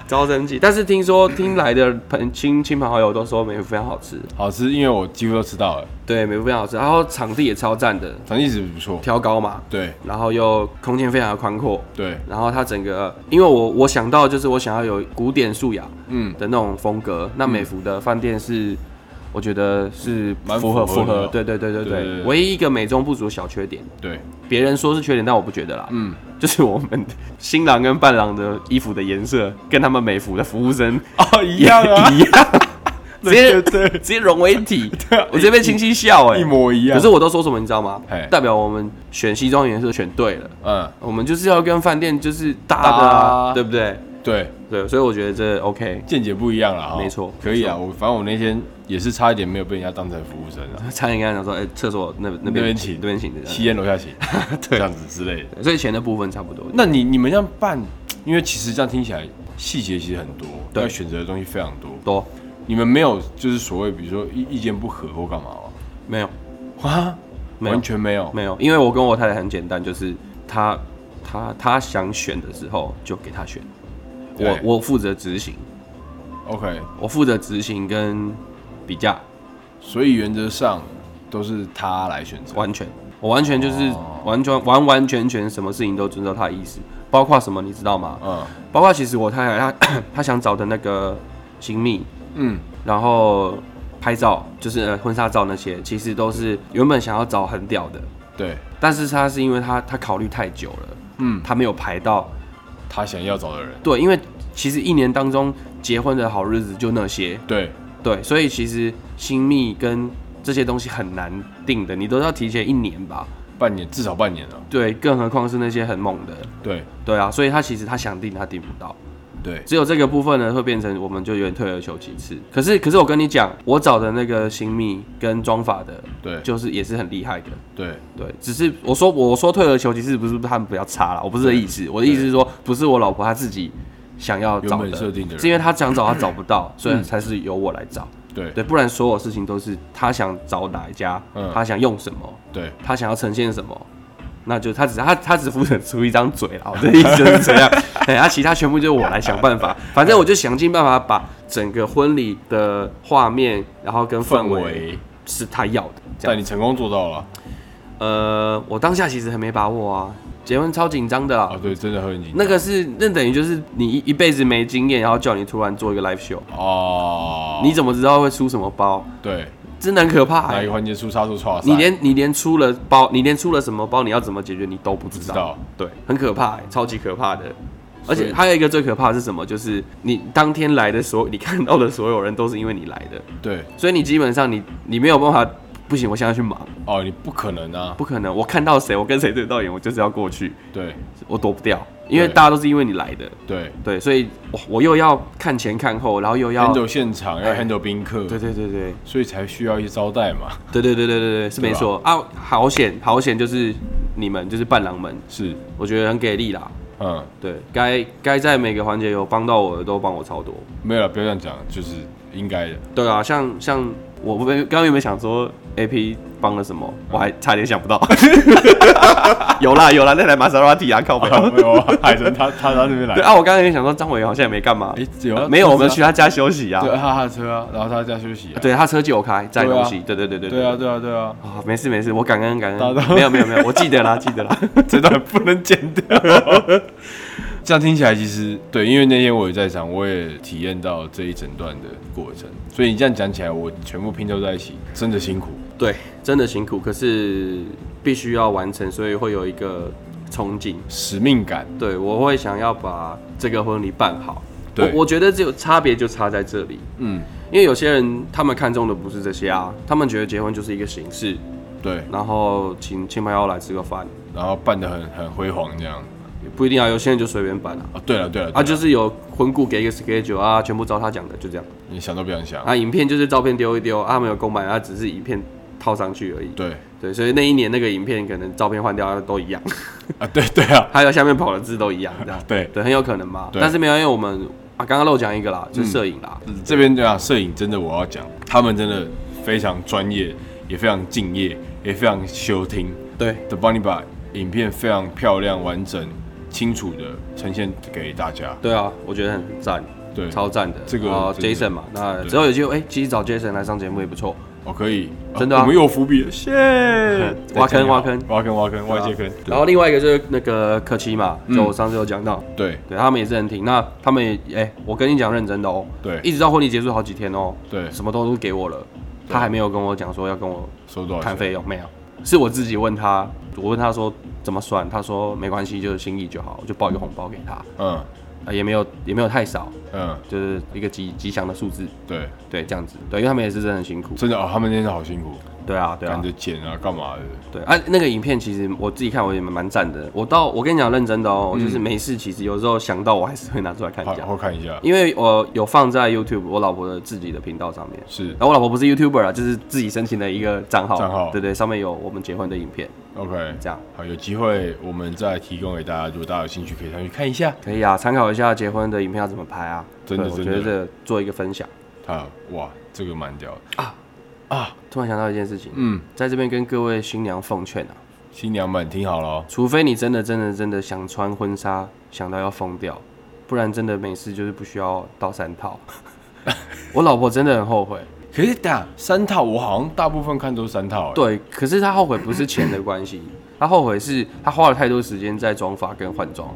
超生气。但是听说听来的朋亲亲朋好友都说美孚非常好吃，
好吃，因为我几乎都吃到了，
对，美孚非常好吃，然后场地也超赞的，
反正一直不错。
挑高嘛，
对
然后又空间非常的宽阔，
对，
然后它整个，因为我我想到就是我想要有古典素雅
嗯，
的那种风格，那美孚的饭店是。我觉得是
蛮
符合
符合
符
的
合，对对对对
对对对
对，唯一一个美中不足的小缺点，
对，
别人说是缺点，但我不觉得啦。
嗯，
就是我们新郎跟伴郎的衣服的颜色跟他们美服的服务生
哦，一
也
样啊，
一样，直接
对 对对
直接融为一体。
对啊
我直接被亲戚笑哎、
一模一样。
可是我都说什么你知道吗
嘿？
代表我们选西装颜色选对了，
嗯，
我们就是要跟饭店就是搭的、啊，
搭
对不对？
对，
对，所以我觉得这 OK，
见解不一样了哈。
没错
可以啊。我反正我那天也是差一点没有被人家当成服务生啊，
差点跟他讲说，哎、厕所那那
那
边
边请
那边请的。
吸烟楼下请，这样子之类的。
对所以钱的部分差不多。
那你你们这样办，因为其实这样听起来细节其实很多，
对
要选择的东西非常多。
多
你们没有就是所谓比如说意意见不合或干嘛吗？
没有
啊，
没有
完全没有。
没有，因为我跟我太太很简单，就是她她她想选的时候就给她选，
对
我我负责执行，
OK，
我负责执行跟比价，
所以原则上都是他来选择。
完全我完全就是
哦
完全完完全全什么事情都遵照她的意思，包括什么你知道吗？
嗯
包括其实我太太她 她想找的那个新密，
嗯，
然后拍照就是呃婚纱照那些，其实都是原本想要找很屌的，
对，
但是她是因为她她考虑太久了，
嗯，
她没有排到。
他想要找的人，
对，因为其实一年当中结婚的好日子就那些，
对，
对，所以其实新密跟这些东西很难定的，你都要提前一年吧。
半年至少半年了。
对，更何况是那些很猛的，
对
对啊，所以他其实他想定他定不到，
对，
只有这个部分呢会变成我们就有点退而求其次。可是可是我跟你讲，我找的那个新密跟妆法的，
对
就是也是很厉害的，
对
对，只是我说我说退而求其次，不是他们比较差啦，我不是这意思，我的意思是说，不是我老婆她自己想要找
原
的，
本设定的人嗯
是因为她想找她找不 到，所以才是由我来找。
对
对，不然所有事情都是她想找哪一家
嗯，
她想用什么，
对，
她想要呈现什么，那就她只她她只负责出一张嘴啦，我的意思就是这 样。哎，啊，其他全部就是我来想办法，反
嗯
正我就想尽办法把整个婚礼的画面，然后跟氛
氛
围
围，
是她要的，这样
但你成功做到了
呃，我当下其实很没把握啊，结婚超紧张的
啊！
啦。
对，真的很紧张。
那个是，那等于就是你一一辈子没经验，然后叫你突然做一个 live show，
哦，
你怎么知道会出什么包？
对
真的很可怕、
哪一
欸
个。环节出差出错？
你连你连出了包，你连出了什么包，你要怎么解决，你都不知
知
道。
道
对，很可怕、欸，超级可怕的。而
所以
且还有一个最可怕的是什么？就是你当天来的所有，你看到的所有人都是因为你来的，
对
所以你基本上你你没有办法，不行，我现在去忙，
哦，你不可能啊！
不可能。我看到谁，我跟谁对到眼，我就是要过去。
对
我躲不掉，因为
对
大家都是因为你来的，
对
对，所以我我又要看前看后，然后又要，对哎
，handle 现场要 handle 宾客，
对对对对
所以才需要一些招待嘛。
对对对对对，是没错啊，好险好险，就是你们就是伴郎们，
是，
我觉得很给力啦，
嗯，
对该该在每个环节有帮到我的都帮我超多，
没有了，不要这样讲，就是应该 的。
对啊，像像我我刚刚有没有想说 A P 帮了什么，我还差点想不到， 有啦有啦，那台玛莎拉蒂啊，靠
啊
背。
没有啊，海神他他他那边来
对，啊，我刚刚也想说张伟好像也没干嘛，
哎，只有啊
没有，我们去他家休息啊。
对他他的车啊，然后他在休息啊。
对他车借我开载东西，对对对对
对啊，对啊，对啊，
啊，没事没事，我感恩感
大家
恩，没有没有没有，我记 得啦记得啦，
这段不能剪掉。 这样听起来其实对，因为那天我也在场，我也体验到这一整段的过程，所以你这样讲起来，我全部拼凑在一起，真的辛苦。
对，真的辛苦，可是必须要完成，所以会有一个憧憬，
使命感，
对我会想要把这个婚礼办好，
对
我我觉得只有差别就差在这里，
嗯，
因为有些人他们看重的不是这些啊，他们觉得结婚就是一个形式，
对，
然后请亲朋好友来吃个饭，
然后办得很很辉煌这样。
也不一定啊，有些人就随便办啊，
哦，对了，对了，对
啊
了
就是有婚顾给一个 schedule 啊，全部照他讲的就这样。
你想都不想想，
啊，影片就是照片丢一丢，啊，没有购买，啊，只是影片套上去而已。
对
对，所以那一年那个影片可能照片换掉啊都一样，
啊，对对啊，
还有下面跑的字都一样，这样
对，
对，很有可能嘛。
对
但是没有，因为我们啊，刚刚漏讲一个啦，就是摄影啦，
嗯这边对啊，摄影真的我要讲，他们真的非常专业，也非常敬业，也非常修听。
对
的帮你把影片非常漂亮、完整、清楚的呈现给大家。
对啊，我觉得很赞。
对
超赞的。
这个
然后
真的
Jason 嘛，那
对
之后有机会，哎，其实找 Jason 来上节目也不错。
哦，可以，
真的啊
我们又有伏笔了，谢。
挖坑挖坑啊
挖坑，挖坑，挖一些坑。
然后另外一个就是那个柯基嘛，
嗯
就我上次有讲到，
对
对他们也是很挺。那他们也，哎、我跟你讲认真的哦，
对
一直到婚礼结束好几天哦，
对
什么都给我了，他还没有跟我讲说要跟我
收多少
谈
钱？
费用，没有，是我自己问他，我问他说怎么算，他说没关系，就是心意就好，我就包一个红包给他，
嗯
啊，也没有也没有太少，
嗯，
就是一个吉吉祥的数字，
对，
对，这样子，对，因为他们也是真的很辛苦，
真的哦，他们那天好辛苦，
对啊，对啊
赶，着剪啊，干嘛的？
对啊，那个影片其实我自己看我也蛮赞的，我到我跟你讲认真的哦，我就是没事，其实有时候想到我还是会拿出来看
好
一下，
嗯好看一下，
因为我有放在 YouTube 我老婆的自己的频道上面。
是
然后我老婆不是 YouTuber 啊，就是自己申请的一个账号，
账号
对对，上面有我们结婚的影片，
OK。
这样
好，有机会我们再提供给大家，如果大家有兴趣，可以上去看一下。
可以啊，参考一下结婚的影片要怎么拍啊，
真的
对我
真
觉
的
得这个做一个分享。
他哇，这个蛮屌的啊！
突然想到一件事情，
嗯，
在这边跟各位新娘奉劝啊，
新娘们听好了哦，
除非你真的真的真的想穿婚纱，想到要疯掉，不然真的每次就是不需要到三 套。我老婆真的很后悔，
可是打三套，我好像大部分看都是三套。，
对，可是她后悔不是钱的关系，她后悔是她花了太多时间在妆发跟换装，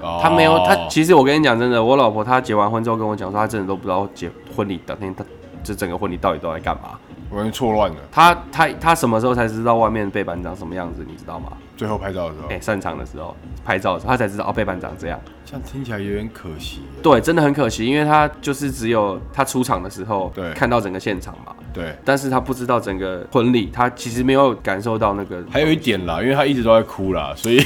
哦
她没有她其实我跟你讲真的，我老婆她结完婚之后跟我讲说，她真的都不知道结婚礼当天她这整个婚礼到底都在干嘛，
完全错乱了。
她她她什么时候才知道外面背板长什么样子，你知道吗？
最后拍照的时候
哎、，散场的时候拍照的时候，她才知道哦背板长这样。
这样听起来有点可惜耶。
对，真的很可惜，因为他就是只有他出场的时候
对
看到整个现场嘛，
对，
但是他不知道整个婚礼，他其实没有感受到那个
还有一点啦，因为他一直都在哭啦，所以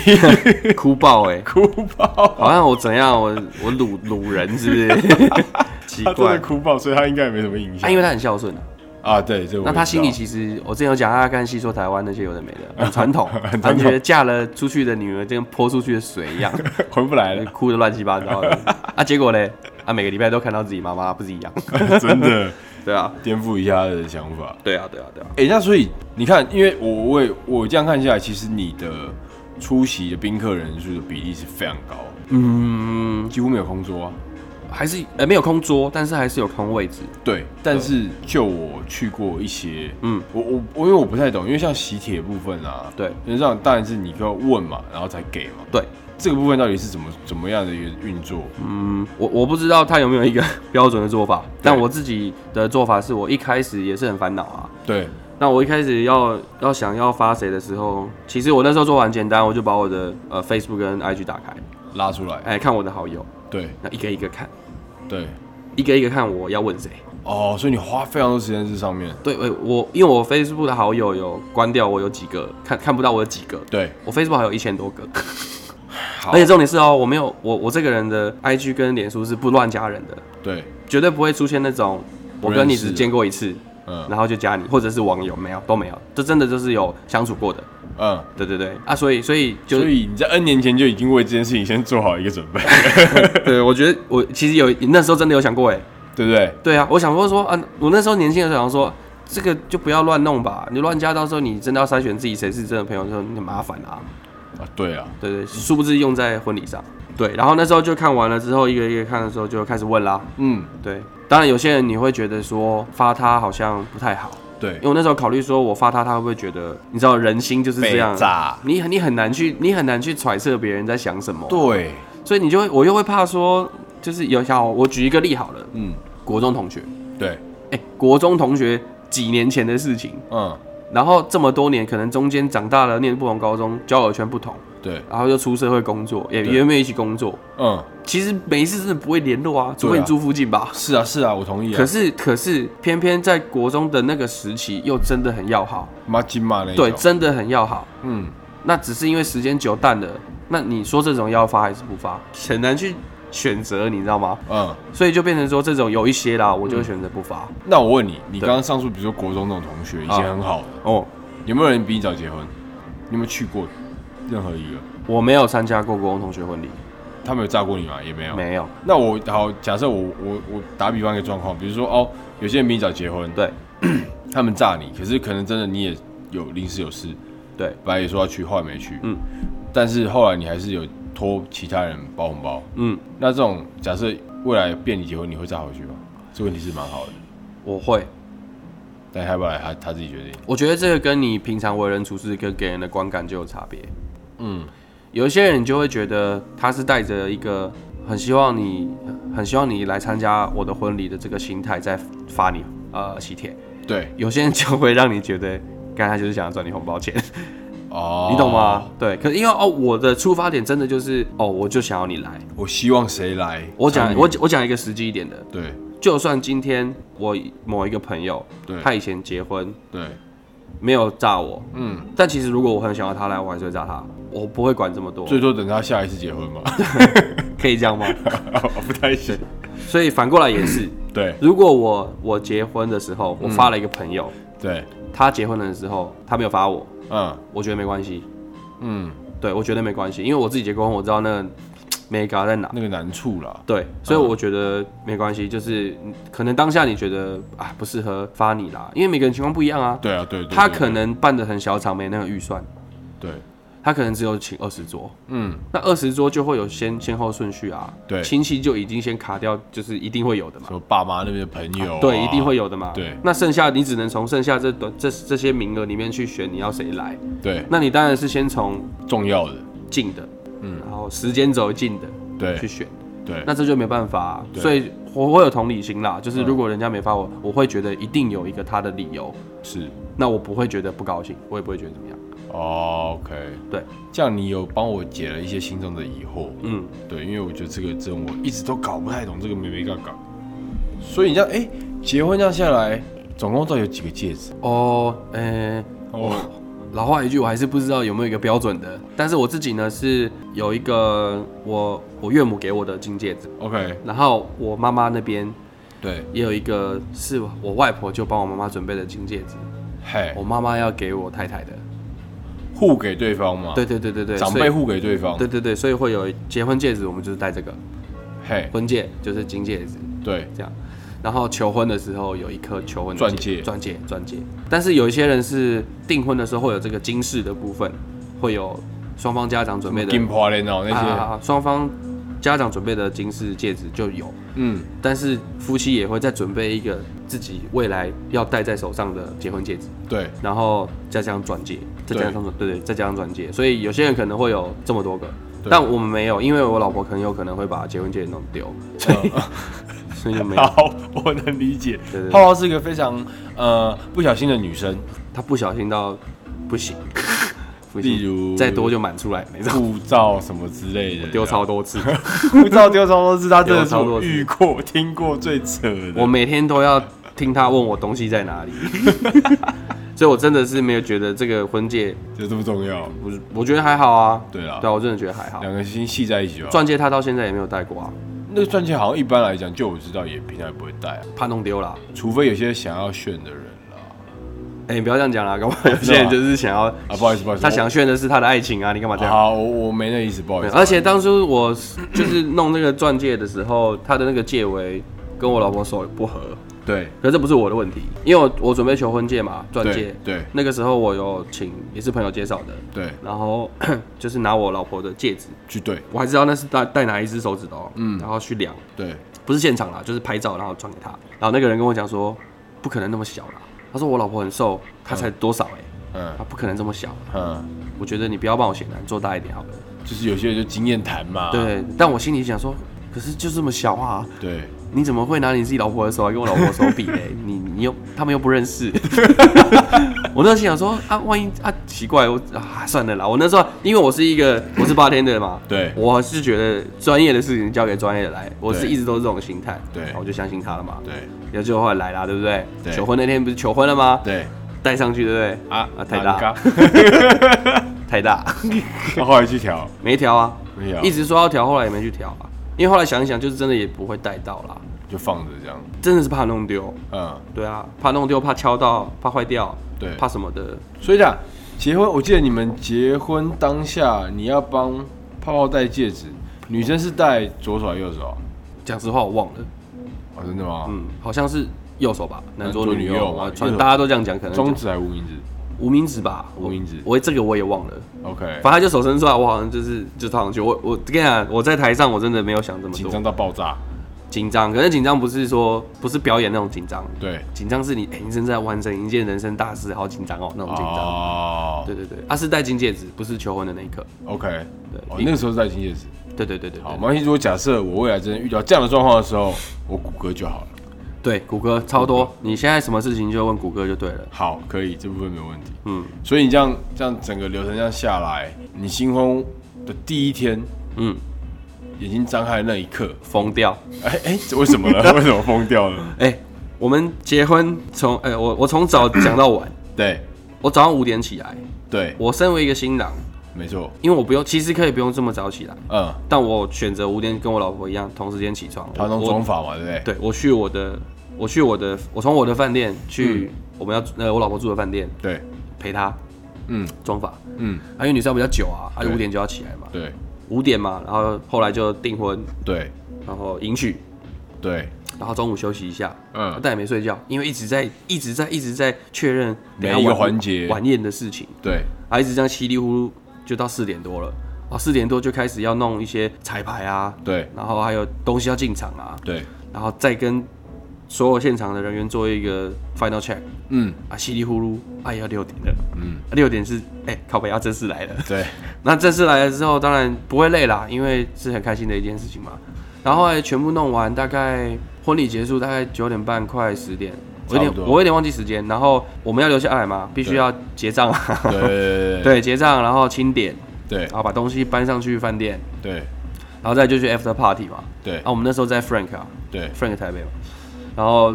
哭爆哎、
哭爆，
好像我怎样，我我掳掳人是不是？ 奇
他真
怪
的，哭爆，所以他应该也没什么影
啊，
响
因为他很孝顺啊。
啊。对，这我
那他心里
知
其实，我之前有讲他看戏说台湾那些有的 没的，很传统
很，
他
传统
觉得嫁了出去的女儿就跟泼出去的水 一样，
道回不来
就
了，
哭的乱七八糟的。啊，结果嘞，啊，每个礼拜都看到自己妈妈，不是一样？
真的
对啊，
颠覆一下他的想法。
对啊，对啊，对啊。
哎、那所以你看，因为我我也我这样看下来，其实你的出席的宾客人数的比例是非常高，
嗯，
几乎没有空桌啊。
还是呃没有空桌，但是还是有空位置。
对，但是就我去过一些，
嗯，
我我我因为我不太懂，因为像喜帖部分啊，
对
就是这样，当然是你要问嘛，然后才给嘛。
对，
这个部分到底是怎么怎么样的运运作？
嗯，我我不知道他有没有一个 标准的做法，但我自己的做法是我一开始也是很烦恼啊。
对，
那我一开始要要想要发谁的时候，其实我那时候做法很简单，我就把我的呃 Facebook 跟 IG 打开，
拉出来，
哎、看我的好友，
对
那一个一个看，
对，
一个一个看我要问谁。
哦，所以你花非常多时间在这上面，
对，哎我因为我 Facebook 的好友有关掉，我有几个看看不到我有几个，
对，
我 Facebook 还有一千多个，
好
而且重点是哦，我没有我我这个人的 IG 跟脸书是不乱加人的，
对，
绝对不会出现那种我跟你只见过一次，
嗯
然后就加你，或者是网友没有都没有，这真的就是有相处过的，
嗯，
对对对啊，所以所以就
所以你在 N 年前就已经为这件事情先做好一个准 备，
对我觉得我其实有那时候真的有想过哎，
对不对？
对啊，我想说说啊，我那时候年轻的时候想说。这个就不要乱弄吧，你乱加，到时候你真的要筛选自己谁是真的朋友的时候，你很麻烦啊。
啊，对啊，
对对，殊不知用在婚礼上。对，然后那时候就看完了之后，一个一个看的时候就开始问啦。
嗯，
对，当然有些人你会觉得说发他好像不太好，
对
因为，我那时候考虑说，我发他，他会不会觉得，你知道人心就是这样
被炸，
你很你很难去，你很难去揣测别人在想什么，
对，
所以你就会，我又会怕说，就是有像我举一个例好了，
嗯，
国中同学，
对，
哎、国中同学几年前的事情，
嗯，
然后这么多年，可能中间长大了，念不同高中，交友圈不同，
对，
然后又出社会工作，也
对
也没有一起工作，
嗯，
其实每一次真的不会联络啊，除非你住附近吧。
是啊，是啊，我同意啊。
可是，可是偏偏在国中的那个时期，又真的很要好，
马金马那一种
对，真的很要好。
嗯，
那只是因为时间久淡了，那你说这种要发还是不发，很难去选择，你知道吗？
嗯，
所以就变成说这种有一些啦，我就会选择不发。
那我问你，你
对
刚刚上述比如说国中那种同学，以前很好的，
哦，
有没有人比你早结婚？你有没有去过任何一个？
我没有参加过国中同学婚礼，
他们有炸过你吗？也没有。
没有。
那我好，假设我我我打比方一个状况，比如说哦，有些人比你早结婚，
对
他们炸你，可是可能真的你也有临时有事，
对，
本来也说要去，后来没去，
嗯，
但是后来你还是有托其他人包红包。
嗯，
那这种假设未来变你结婚，你会嫁回去吗？这问题是蛮好的，
我会。
但要不要来他他自己决定。
我觉得这个跟你平常为人处事跟给人的观感就有差别。
嗯，
有一些人就会觉得他是带着一个很希望你、很希望你来参加我的婚礼的这个心态在发你呃喜帖，
对，
有些人就会让你觉得，刚才就是想要赚你红包钱，
哦，
你懂吗？？对，可是因为哦，我的出发点真的就是哦，我就想要你来。
我希望谁来？
我讲
参与
我我讲一个实际一点的，
对
就算今天我某一个朋友
对
他以前结婚
对，
没有炸我，
嗯，
但其实如果我很想要他来，我还是会炸他，我不会管这么多，
最多等他下一次结婚嘛，
可以这样吗？
不太行。
所以反过来也是，
对
如果我我结婚的时候，我发了一个朋友，
对，
他结婚的时候他没有发我，
嗯
我觉得没关系，
嗯，
对我觉得没关系，因为我自己结过婚，我知道那个美嘎在哪。
那个难处啦，
对，所以我觉得没关系，就是嗯可能当下你觉得啊不适合发你啦，因为每个人情况不一样啊。
对啊，对对，
他
对
可能办的很小场，没那个预算，
对，
他可能只有请二十桌，
嗯，
那二十桌就会有先先后顺序啊。
对
亲戚就已经先卡掉，就是一定会有的嘛。
什么爸妈那边的朋友啊，
对，一定会有的嘛。
对
那剩下你只能从剩下这短这这些名额里面去选你要谁来。
对
那你当然是先从
重要的，
近的，
嗯，
然后时间轴近的去
对
选。
对，
那这就没办法啊、
对
所以我会有同理心啦。就是
嗯
如果人家没发我，我会觉得一定有一个他的理由，
是
那我不会觉得不高兴，我也不会觉得怎么样。
哦，OK，
对，
这样你有帮我解了一些心中的疑惑，
嗯，
对，因为我觉得这个真我一直都搞不太懂这个美眉嘎嘎，所以你这样哎、结婚这样下来，总共到底有几个戒指？
哦，呃、
哦，
老话一句，我还是不知道有没有一个标准的。但是我自己呢是有一个我我岳母给我的金戒指，
OK，
然后我妈妈那边
对，
也有一个是我外婆就帮我妈妈准备的金戒指，
嘿
我，妈妈要给我太太的。
互给对方嘛，
对对对对对，
长
所
辈
以
互给对方，
对对对，所以会有结婚戒指，我们就是戴这个
嘿，
婚戒，就是金戒指
对，
这样。然后求婚的时候有一颗求婚的
钻戒
钻戒、钻戒。但是有一些人是订婚的时候会有这个金饰的部分，会有双方家长准备的
金花莲哦那
啊
些，
啊啊双方家长准备的金饰戒指就有，
嗯，
但是夫妻也会再准备一个自己未来要戴在手上的结婚戒指，
对，
然后再加上钻戒，再加上对对，再加上钻戒，所以有些人可能会有这么多个，
对
但我们没有，因为我老婆很有可能会把结婚戒指弄丢，所以、所以 就没有。
好，我能理解
对对对
泡泡是一个非常呃不小心的女生，
她不小心到不 行，不行
例如
再多就满出来那种，
护照什么之类的，
丢超多次。
啊护照丢超多次，他真的
丢
是
超多
我
次
遇过听过最扯的。
我每天都要听他问我东西在哪里， 所以我真的是没有觉得这个婚戒
就这么重要？
不是，我觉得还好啊。
对啦，
对啊，我真的觉得还好。
两个啊心系在一起就好。
钻戒他到现在也没有戴过啊，
那个钻戒好像一般来讲，就我知道也平常也不会戴、啊，
怕弄丢了。
除非有些想要炫的人啦。
哎、你不要这样讲啦， 搞不好有些人就是想要，
啊，不好意思，不好意思，
他想炫的是他的爱情啊，你干嘛
我
这样？
好，我我没那意思，不好意
对
思。
而且当初我就是弄那个钻戒的时候，他的那个戒围跟我老婆手不合，
对
可是这不是我的问题，因为我我准备求婚戒嘛，钻戒
对。对
那个时候我有请也是朋友介绍的，
对，
然后 就是拿我老婆的戒指，
去对
我还知道那是戴戴哪一只手指的哦，
嗯
然后去量，
对，
不是现场啦，就是拍照然后传给他，然后那个人跟我讲说，不可能那么小啦，他说我老婆很瘦，她才多少哎、
嗯
她不可能这么小，
嗯，
我觉得你不要帮我显难，做大一点好了。
就是有些人就经验谈嘛。
对，但我心里想说，可是就这么小啊，
对，
你怎么会拿你自己老婆的手来跟我老婆的手比 嘞？你你又他们又不认识， 我那时候心想说啊，万一啊奇怪，我啊算了啦，我那时候因为我是一个我是八天的嘛，
对
我是觉得专业的事情交给专业的来，我是
对
一直都是这种心态，
对
然后我就相信他了嘛，
对
然后结果后来来啦，对不对？
对
求婚那天不是求婚了吗？
对
戴上去，对不对？
啊
啊太大， 太大，
我后来去调，
没调啊，
没有
一直说要调，后来也没去调啊，因为后来想一想，就是真的也不会戴到啦，
就放着这样。
真的是怕弄丢。
嗯，
对啊，怕弄丢，怕敲到，怕坏掉，
对
怕什么的。
所以讲结婚，我记得你们结婚当下，你要帮泡泡戴戒指，女生是戴左手还是右手啊？
讲实话，我忘了，嗯
哦，真的吗？
嗯，好像是右手吧，男左女
男左
右
女右
啊
嘛，
传
右手
大家都这样讲，可能
中
就
指还是无名指？
无名指吧，
无名指
我我这个我也忘了，
OK，
反正他就手伸出来，我好像就是就套上去。我我跟你讲，我在台上我真的没有想这么
紧
多，
张到爆炸，
紧张，可是紧张不是说不是表演那种紧张，
对，
紧张是你哎、你正在完成一件人生大事，好紧张哦那种紧张。
哦
对对对，他、是戴金戒指，不是求婚的那一刻。
，OK，
对
哦，那个时候在金戒指。
对对对对
好，
对
没关系。如果假设我未来真的遇到这样的状况的时候，我谷歌就好了。
对，谷歌超多，你现在什么事情就问谷歌就对了。
好，可以，这部分没有问题。
嗯
所以你这样这样整个流程这样下来，你新婚的第一天，
嗯，
眼睛张开的那一 刻，
疯掉。
哎、哎、为什么 呢？为什么疯掉了？
哎、我们结婚从哎、我我从早讲到晚，
对
我早上五点起来。
对，
我身为一个新郎，
没错，
因为我不用，其实可以不用这么早起来，
嗯，
但我选择五点跟我老婆一样同时间起床。
传统
我
装法嘛，对不对？
对我去我的，我去我的，我从我的饭店
嗯
去、我们要呃我老婆住的饭店
对，
陪她
嗯
妆发，
嗯，
啊因为女生比较久啊，她就
对
五点就要起来嘛，
对
五点嘛，然后后来就订婚，
对
然后迎娶，
对，
然后中午休息一下，啊
嗯
但也没睡觉，因为一直在一直在一直在确认
每一个
等下晚
环节
晚宴的事情，
对
啊一直这样稀里糊涂就到四点多了，啊四点多就开始要弄一些彩排啊，
对
然后还有东西要进场啊，
对，
然后再跟所有现场的人员做一个 final check
嗯
啊，稀里糊涂，哎呀，六点了，
嗯，
啊六点是哎、靠北要正式来了。
对
那正式来了之后，当然不会累啦，因为是很开心的一件事情嘛。然后后来全部弄完，大概婚礼结束大概九点半快十点，我有
差不
点
多
我有点忘记时间。然后我们要留下来嘛，必须要结账啊，
对对
对，结账，然后清点，
对
然后把东西搬上去饭店，
对
然后再就去 after party 嘛。
对
啊，我们那时候在 Frank 啊，
对，
Frank 台北嘛，然后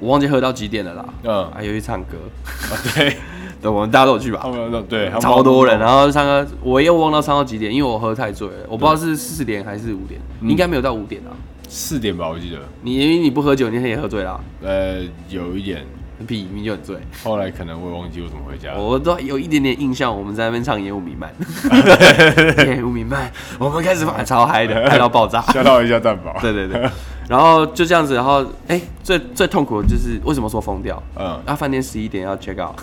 我忘记喝到几点了啦，啊
嗯
还有去唱歌，
啊对，
对，我们大家都有去吧
他，们那对，他们
超多人，然啊后唱歌，我又忘到唱到几点，因为我喝太醉了，我不知道是四点还是五点，应该没有到五点啊，
四点吧，我记得，
你因为你不喝酒，你也喝醉啦，
呃，有一点，
屁，你就很醉，
后来可能我也忘记我怎么回家了。
我都有一点点印象，我们在那边唱《烟雾弥漫》，烟雾弥漫，我们开始玩超嗨的，嗨到爆 炸，
吓到一下蛋堡。
对对对，然后就这样子，然后哎、最最痛苦的就是为什么说疯掉？
嗯，
那饭店十一点要 check out。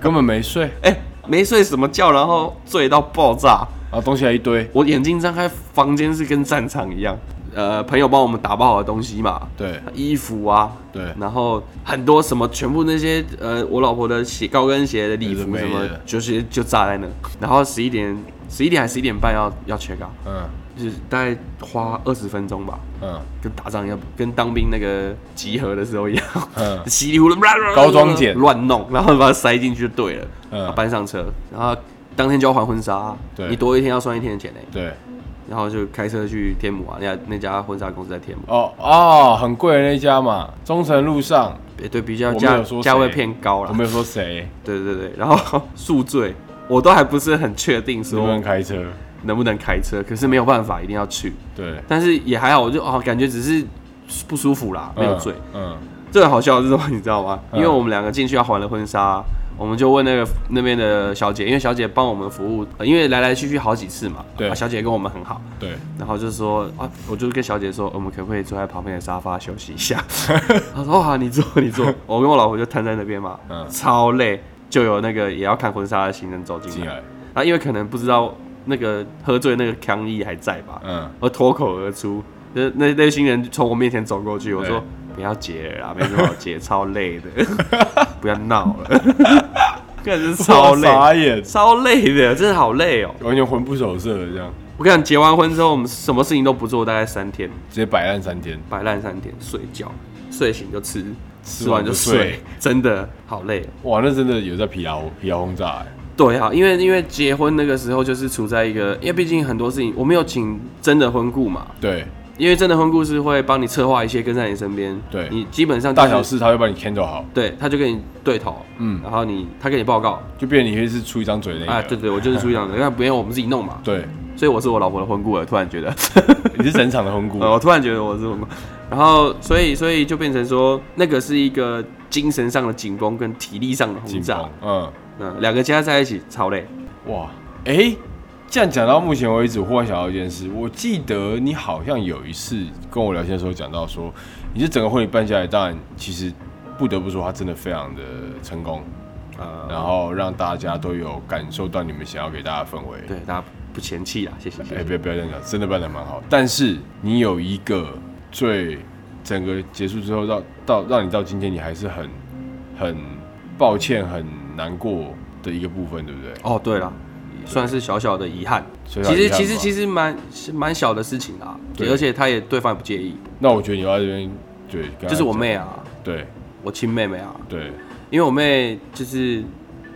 根本没睡，
哎、没睡什么觉，然后醉到爆炸，
然后啊东西还一堆。
我眼睛张开，房间是跟战场一样。呃，朋友帮我们打包好的东西嘛，
对
衣服啊，
对
然后很多什么，全部那些呃，我老婆的鞋、高跟鞋的礼服
有的
什
没
么
的，
就是就炸在那。然后十一点，十一点还十一点半要要 check out，
嗯
就是大概花二十分钟吧，
嗯，
跟打仗一样，跟当兵那个集合的时候一样，
嗯
稀里糊涂，
高装简
乱弄，然后把它塞进去就对了，
嗯
然后搬上车，然后当天就要还婚纱，啊
对
你多一天要算一天的钱呢，
对。
然后就开车去天母啊，那家那家婚纱公司在天母，
哦哦，很贵的那家嘛，中城路上。
也对，比较
我没
价
有说谁
价位偏高
我
了，
没有说谁，
对对对，然后宿醉，我都还不是很确定
能不能
说
开车？
能不能开车，可是没有办法，一定要去，
对，嗯
但是也还好，我就哦感觉只是不舒服啦，没有
嗯
醉。。
嗯，
最好笑的是什么，你知道吗？
嗯
因为我们两个进去要还了婚纱，我们就问那个那边的小姐，因为小姐帮我们服务，呃因为来来去去好几次嘛，
对
啊小姐跟我们很好，
对，
然后就说啊，我就跟小姐说，我们可不可以坐在旁边的沙发休息一下？ 她说哇，你坐你坐，我跟我老婆就瘫在那边嘛，
嗯
超累，就有那个也要看婚纱的新人走进
进
来，
来。
啊，因为可能不知道那个喝醉那个抗议还在吧，
嗯，
我脱口而出，那那那新人从我面前走过去，我说
对
不要结了啦，没什么好结，超 累的，不要闹了，感觉 超累，
傻眼，
超累的，真的好累哦、
完全魂不守舍的这样，
我跟你讲，结完婚之后，我们什么事情都不做，大概三天，
直接摆烂三天。
摆烂三天，睡觉，睡醒就吃，吃
吃完
完就
就
睡
睡，
真的好累哦。
哇，那真的有在疲劳疲劳轰炸欸。
对啊，因为因为结婚那个时候就是处在一个，因为毕竟很多事情我没有请真的婚顾嘛，
对，
因为真的婚顾是会帮你策划一些跟在你身边，
对
你基本上就是
大小事他会帮你 handle 好，
对，他就跟你对头，
嗯
然后你他给你报告，
就变成你会是出一张嘴的那
啊，对
个。
对，我就是出这样的，那不用我们自己弄嘛，
对，
所以我是我老婆的婚顾了，突然觉得，
你是整场的红骨。
呃我突然觉得我是婚顾，然后所以所以就变成说，那个是一个精神上的紧绷跟体力上的轰
紧
炸
绷，。嗯，
嗯，两个加在一起超累，
哇，哎、这样讲到目前为止，忽然想到一件事，我记得你好像有一次跟我聊天的时候讲到说，你这整个婚礼办下来，当然其实不得不说，它真的非常的成功，
呃，
然后让大家都有感受到你们想要给大家的氛围。
对，大家不嫌弃啊，谢谢。谢
哎、
谢
不要不要这样讲，真的办的蛮好。但是你有一个最整个结束之后到到让你到今天你还是很很抱歉、很难过的一个部分，对不对？
哦，对了，算是小小的遗憾。
所
其
以小啊遗憾
实其实
吧
其实蛮是蛮小的事情啦，
对
而且他也对方也不介意，
那我觉得你要在这边对，跟他
就是我
讲
妹啊，
对
我亲妹妹啊，
对
因为我妹就是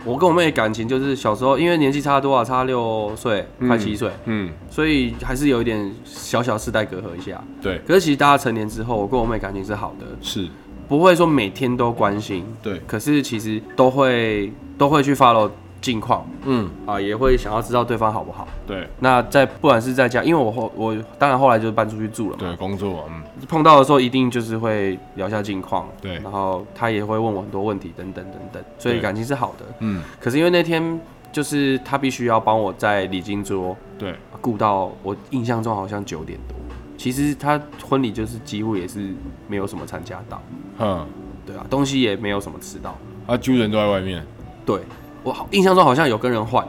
我跟我妹的感情就是小时候因为年纪差多少，差六岁
嗯
快七岁，
嗯
所以还是有一点小小世代隔阂一下。
对
可是其实大家成年之后，我跟我妹感情是好的，
是，
不会说每天都关心，
对
可是其实都会都会去 follow 近况
嗯
啊，也会想要知道对方好不好。
对
那在不管是在家，因为我后我当然后来就搬出去住了嘛，
对工作嗯
碰到的时候一定就是会聊一下近况，
对
然后他也会问我很多问题等等等等，所以
对
感情是好的。
嗯
可是因为那天就是他必须要帮我在礼金桌
对
顾到我印象中好像九点多，其实他婚礼就是几乎也是没有什么参加到，
哼，
对啊，东西也没有什么吃到，
啊，揪人都在外面，
对我好印象中好像有跟人换，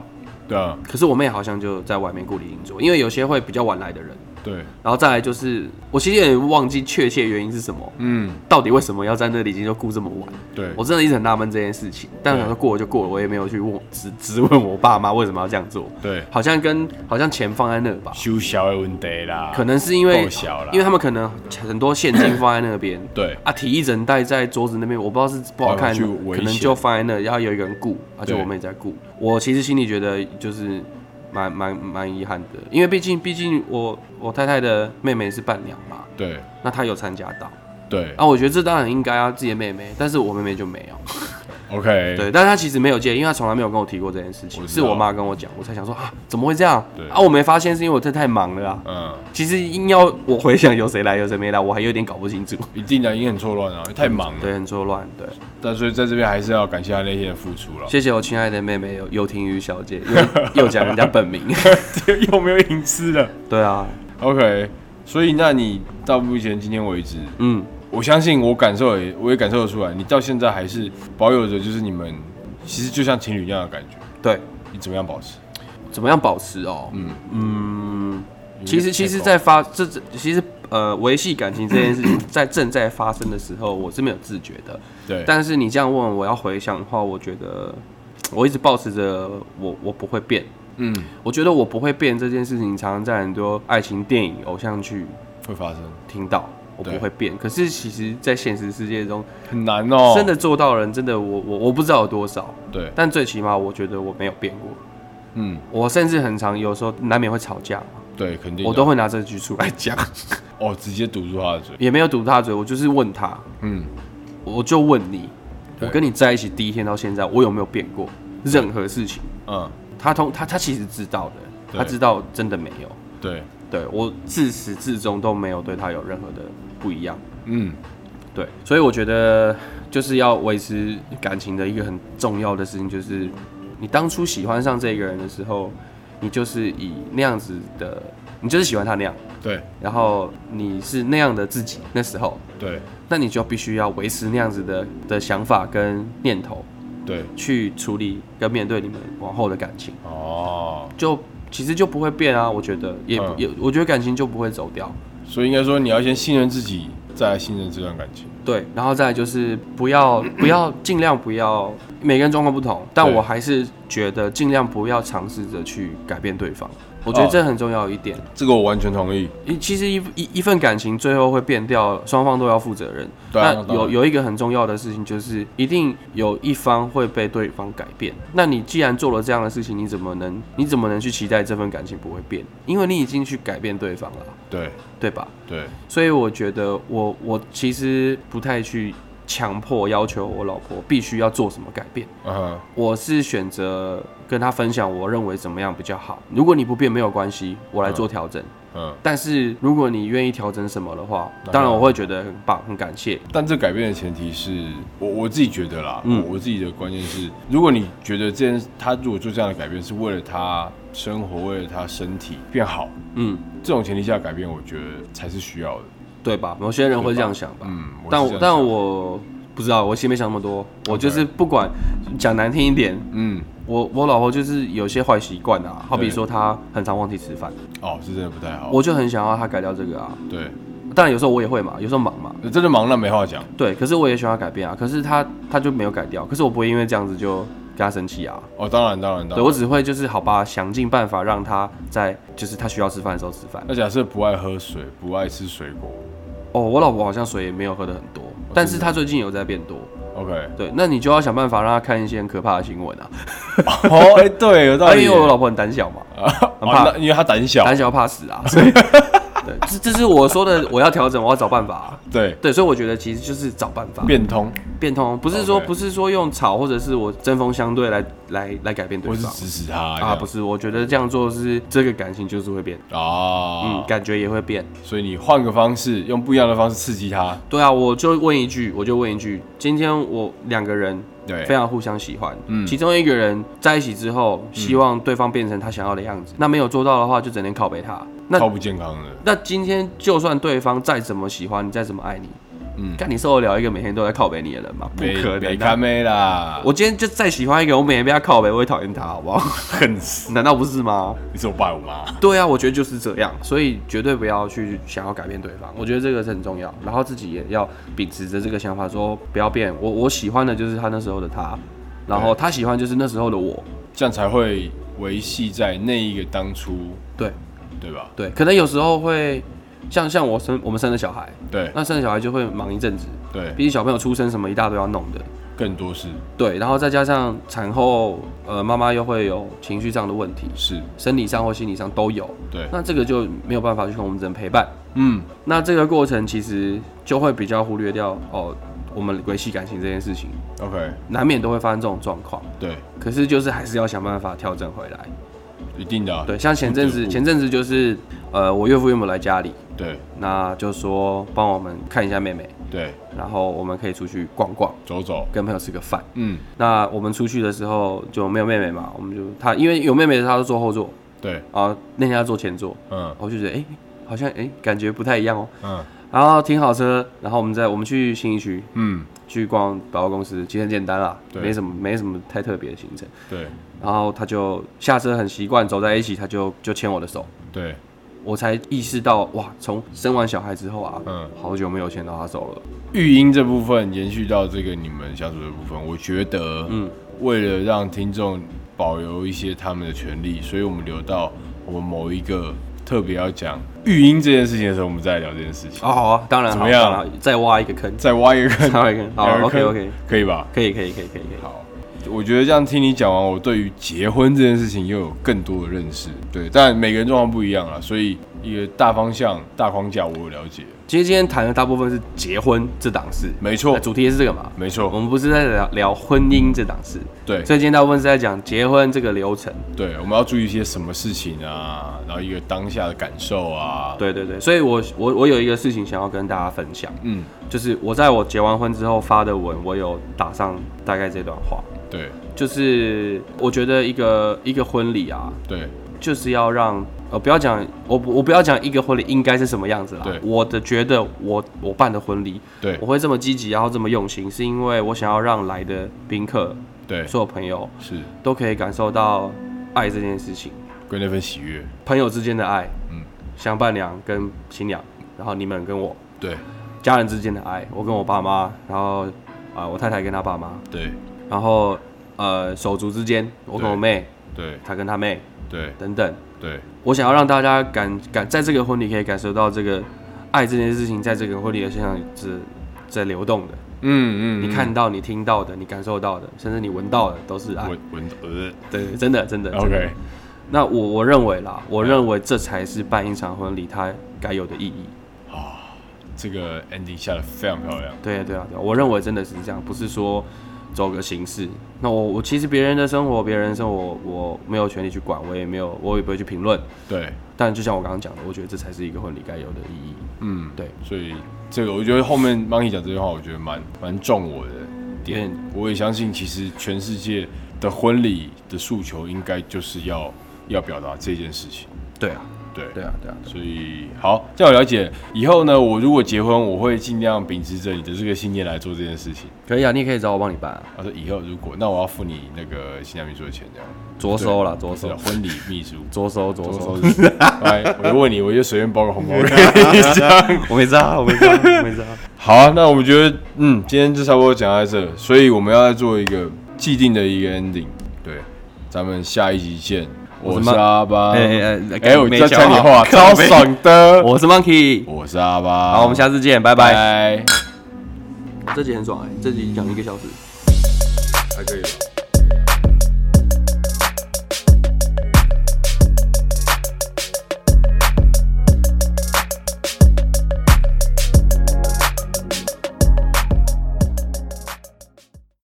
对啊
可是我妹好像就在外面顾礼金桌，因为有些会比较晚来的人。
对
然后再来就是，我其实有点忘记确切原因是什么，
嗯
到底为什么要在那里已经就顾这么晚？
对
我真的一直很纳闷这件事情。但我想说过了就过了，我也没有去问，只只问我爸妈为什么要这样做，
对，
好像跟好像钱放在那吧，
修小的问题啦，
可能是因为
够小啦。
因为他们可能很多现金放在那边
对
啊，提一整袋在桌子那边，我不知道是不好看，
哦去危
可
险
能就放在那，然后有一个人顾，而且
对
我妹在顾。我其实心里觉得就是蛮蛮蛮遗憾的，因为毕竟毕竟我我太太的妹妹是伴娘嘛，
对
那她有参加到，
对
啊，我觉得这当然应该啊，自己的妹妹，但是我妹妹就没有。
，OK
对，但是她其实没有介意，因为她从来没有跟我提过这件事
我
情，
知
是
道
我妈跟我讲，我才想说啊，怎么会这样
对？
啊，我没发现是因为我真的太忙了啊。
嗯。
其实硬要我回想有谁来有谁没来，我还有点搞不清楚。
一定的，因为很错乱啊，因为太忙了。
对，很错乱。对，
但所以在这边还是要感谢他那天的付出了。
谢谢我亲爱的妹妹尤尤婷瑜小姐，因为又讲人家本 名。
又没有隐私了
对啊，
？OK，所以那你到目前今天为止，
嗯，
我相信我感受也我也感受得出来，你到现在还是保有着就是你们其实就像情侣一样的感觉。
对，
你怎么样保持？
怎么样保持哦？
嗯
嗯，
有一个
其实其实，在发这这其实呃维系感情这件 事情在正在发生的时候，我是没有自觉的。
对
但是你这样问我要回想的话，我觉得我一直保持着我我不会变。
嗯
我觉得我不会变这件事情，常常在很多爱情电影、偶像剧
会发生，
听到，我不
对
会变。可是其实，在现实世界中，
很难哦。
真的做到的人，真的我我我不知道有多少，
对，
但最起码我觉得我没有变过。
嗯
我甚至很常有时候难免会吵架，
对，肯定的
我都会拿这句出来讲，
哦直接堵住他的嘴。
也没有堵他嘴，我就是问他，
嗯，
我就问你，我
对
跟你在一起第一天到现在，我有没有变过任何事情？
嗯
他通他他其实知道的，
对
他知道真的没有。
对，
对我自始至终都没有对他有任何的不一样，
嗯
对，所以我觉得就是要维持感情的一个很重要的事情，就是你当初喜欢上这个人的时候，你就是以那样子的，你就是喜欢他那样，
对
然后你是那样的自己，那时候，
对
那你就必须要维持那样子的的想法跟念头
对
去处理跟面对你们往后的感情，
哦，
就其实就不会变啊，我觉得也、
嗯
也，我觉得感情就不会走掉。
所以应该说你要先信任自己，再来信任这段感情。
对，然后再来就是不要不要尽量不要，每个人状况不同，但
对
我还是觉得尽量不要尝试着去改变对方，我觉
哦
得这很重要一点。
这个我完全同意。
一其实一一一份感情最后会变掉，双方都要负责任。
对啊那
那
当然
有有一个很重要的事情就是，一定有一方会被对方改变。那你既然做了这样的事情，你怎么能你怎么能去期待这份感情不会变？因为你已经去改变对方了，
对
对吧？
对，
所以我觉得我我其实不太去强迫要求我老婆必须要做什么改变，
嗯哼，
我是选择跟她分享我认为怎么样比较好。如果你不变没有关系，我来做调整。
嗯。
但是如果你愿意调整什么的话，
那
当然
就
我会觉得很棒，很感谢。
但这改变的前提是我我自己觉得啦，
嗯
我我自己的观念是，如果你觉得这件他如果做这样的改变是为了他生活，为了他身体变好，
嗯，
这种前提下的改变，我觉得才是需要的。
对吧？某些人会这样想吧。
嗯，
但
是
我
这样
但
想
我不知道，我心里没想那么多，我就是不管讲难听一点，
嗯，
我我老婆就是有些坏习惯啊，好比
对
说她很常忘记吃饭，
哦，是真的不太好。
我就很想要她改掉这个啊。
对，
当然有时候我也会嘛，有时候忙嘛，
真的忙那没话讲。
对，可是我也喜欢她改变啊。可是她她就没有改掉，可是我不会因为这样子就跟她生气啊。
哦，当然当然当
对，我
然。
只会就是好吧，想尽办法让她在就是她需要吃饭的时候吃饭。
那假设不爱喝水，不爱吃水果
哦，我老婆好像水也没有喝的很多，但是她最近有在变多。
，OK？
对，那你就要想办法让她看一些很可怕的新闻啊，
哦，哎，对，有道
啊因
理。
为我老婆很胆小嘛，
哦
很怕
那因为他胆小，
胆小怕死啊，所以对，这这是我说的，我要调整，我要找办法啊、
对，
对，所以我觉得其实就是找办法变
变通，
变通，不是说
OK
不是说用吵或者是我针锋相对来来来改变对
我是
方
指使他
啊，不
是
是，我觉得这样做是这个感情就是会变，
啊
嗯，，感觉也会变。
所以你换个方式，用不一样的方式刺激他，
对啊，我就问一句，我就问一句，今天我两个人
对
非，常互相喜欢，
嗯
其中一个人在一起之后，希望对方变成他想要的样子，那没有做到的话，就整天拷贝他。那
超不健康的。
那今天就算对方再怎么喜欢你，再怎么爱你，
嗯
嗯，看你受得了一个每天都在靠北你的人吗？不可
没
能啊的、
看妹啦，
我今天就再喜欢一个，我每天被他靠北，我也讨厌他，好不好？
恨死！
难道不是吗？
你是我爸我妈，
对啊，我觉得就是这样，所以绝对不要去想要改变对方，我觉得这个是很重要。然后自己也要秉持着这个想法说，不要变。我我喜欢的就是他那时候的他，然后他喜欢就是那时候的我。
这样才会维系在那一个当初，
对
对吧？
对，可能有时候会像像我生我们生了小孩，
对
那生了小孩就会忙一阵子，
对，
毕竟小朋友出生什么一大堆要弄的。
更多是
对，然后再加上产后，呃，妈妈又会有情绪上的问题，
是，
生理上或心理上都有。
对，
那这个就没有办法去跟我们人陪伴。
嗯，
那这个过程其实就会比较忽略掉哦，我们维系感情这件事情，
OK，
难免都会发生这种状况。
对，
可是就是还是要想办法调整回来。
一定的啊、
对，像前阵
不得
子，
不
前阵子就是呃，我岳父岳母来家里，
对
那就说帮我们看一下妹妹，
对，
然后我们可以出去逛逛，
走走，
跟朋友吃个饭。
嗯，
那我们出去的时候就没有妹妹嘛，我们就她因为有妹妹，她都坐后座
对，
啊，那天她坐前座，
嗯
我就觉得哎、诶好像哎、诶感觉不太一样哦。
嗯
然后停好车，然后我们再我们去新一区
嗯，
去逛百货公司，其实很简单啦，
对
没什么没什么太特别的行程。
对
然后他就下车很习惯，走在一起，他就就牵我的手，
对，
我才意识到哇，从生完小孩之后啊，
嗯
好久没有牵到他手了。
育婴这部分延续到这个你们相处的部分，我觉得，
嗯，
为了让听众保留一些他们的权利，所以我们留到我们某一个特别要讲育婴这件事情的时候，我们再来聊这件事情。
哦，好啊，当然
怎
好，
么样，
当然好再挖一个坑
再挖一个
再
坑，
挖一个坑。好
两 个
，OK
坑
OK，
可以吧？
可以可以可以可以可以。
好，我觉得这样听你讲完，我对于结婚这件事情又有更多的认识。对，但每个人状况不一样啦，所以一个大方向、大框架我有了解。
其实今天谈的大部分是结婚这档事，
没错
那，主题是这个嘛。
没
我
错，
们不是在聊聊婚姻这档事，
对
所以今天大部分是在讲结婚这个流程。
对，我们要注意一些什么事情啊？然后一个当下的感受啊。，
对对对，所以我我我有一个事情想要跟大家分享，
嗯，
就是我在我结完婚之后发的文，我有打上大概这段话，
对
就是我觉得一个一个婚礼啊，
对
就是要让呃不要讲我不我不要讲一个婚礼应该是什么样子啦
对，
我的觉得我我办的婚礼，
对
我会这么积极，然后这么用心，是因为我想要让来的宾客
对，
所有朋友
是
都可以感受到爱这件事情，
跟那份喜悦。
朋友之间的爱，
嗯
嗯，相伴娘跟新娘，然后你们跟我。
对
家人之间的爱，我跟我爸妈，然后啊、呃我太太跟她爸妈，
对
然后呃手足之间，我跟我妹，
对
她跟她妹
对
等等。
对，
我想要让大家感感在这个婚礼可以感受到这个爱这件事情，在这个婚礼的现场是在流动的。
嗯嗯，
你看到、你听到的、你感受到的，甚至你闻到的，都是爱。
闻闻呃
对，真的真的。真的
，OK，
那我我认为啦，我
嗯
认为这才是办一场婚礼它该有的意义。
这个 ending 下的非常漂亮。
对啊，对啊，对啊，我认为真的是这样，不是说走个形式。那我我其实别人的生活，别人的生活我没有权利去管，我也没有，我也不会去评论。
对，
但就像我刚刚讲的，我觉得这才是一个婚礼该有的意义。
嗯。
对，
所以这个我觉得后面 Monkey 讲这句话，我觉得蛮蛮中我的点
嗯。
我也相信，其实全世界的婚礼的诉求应该就是要要表达这件事情。
对啊，
对
对啊，对啊，
所以好，这样我了解。以后呢，我如果结婚，我会尽量秉持着你的这个信念来做这件事情。
可以啊，你也可以找我帮你办、啊，
他说以后如果，那我要付你那个新娘秘书的钱，这样
着收了，
对
着收
不，是婚礼秘书。
着收，啊着
我
收
说。是，来，我就问你，我就随便包个红包给你这样。
我没知道，我没 知道，我没知道。
好啊，那我们觉得，嗯，今天就差不多讲到这，所以我们要再做一个既定的一个 ending。对，咱们下一集见。
我是
我是
妈
阿巴，
哎哎哎
哎，我
没
再
讲
讲你
好
话，
靠
超
背
爽的。
我是 Monkey，
我是阿巴，
好，我们下次见，拜拜。
拜，
欸这集很爽哎、这集讲一个小时。
还可以吧。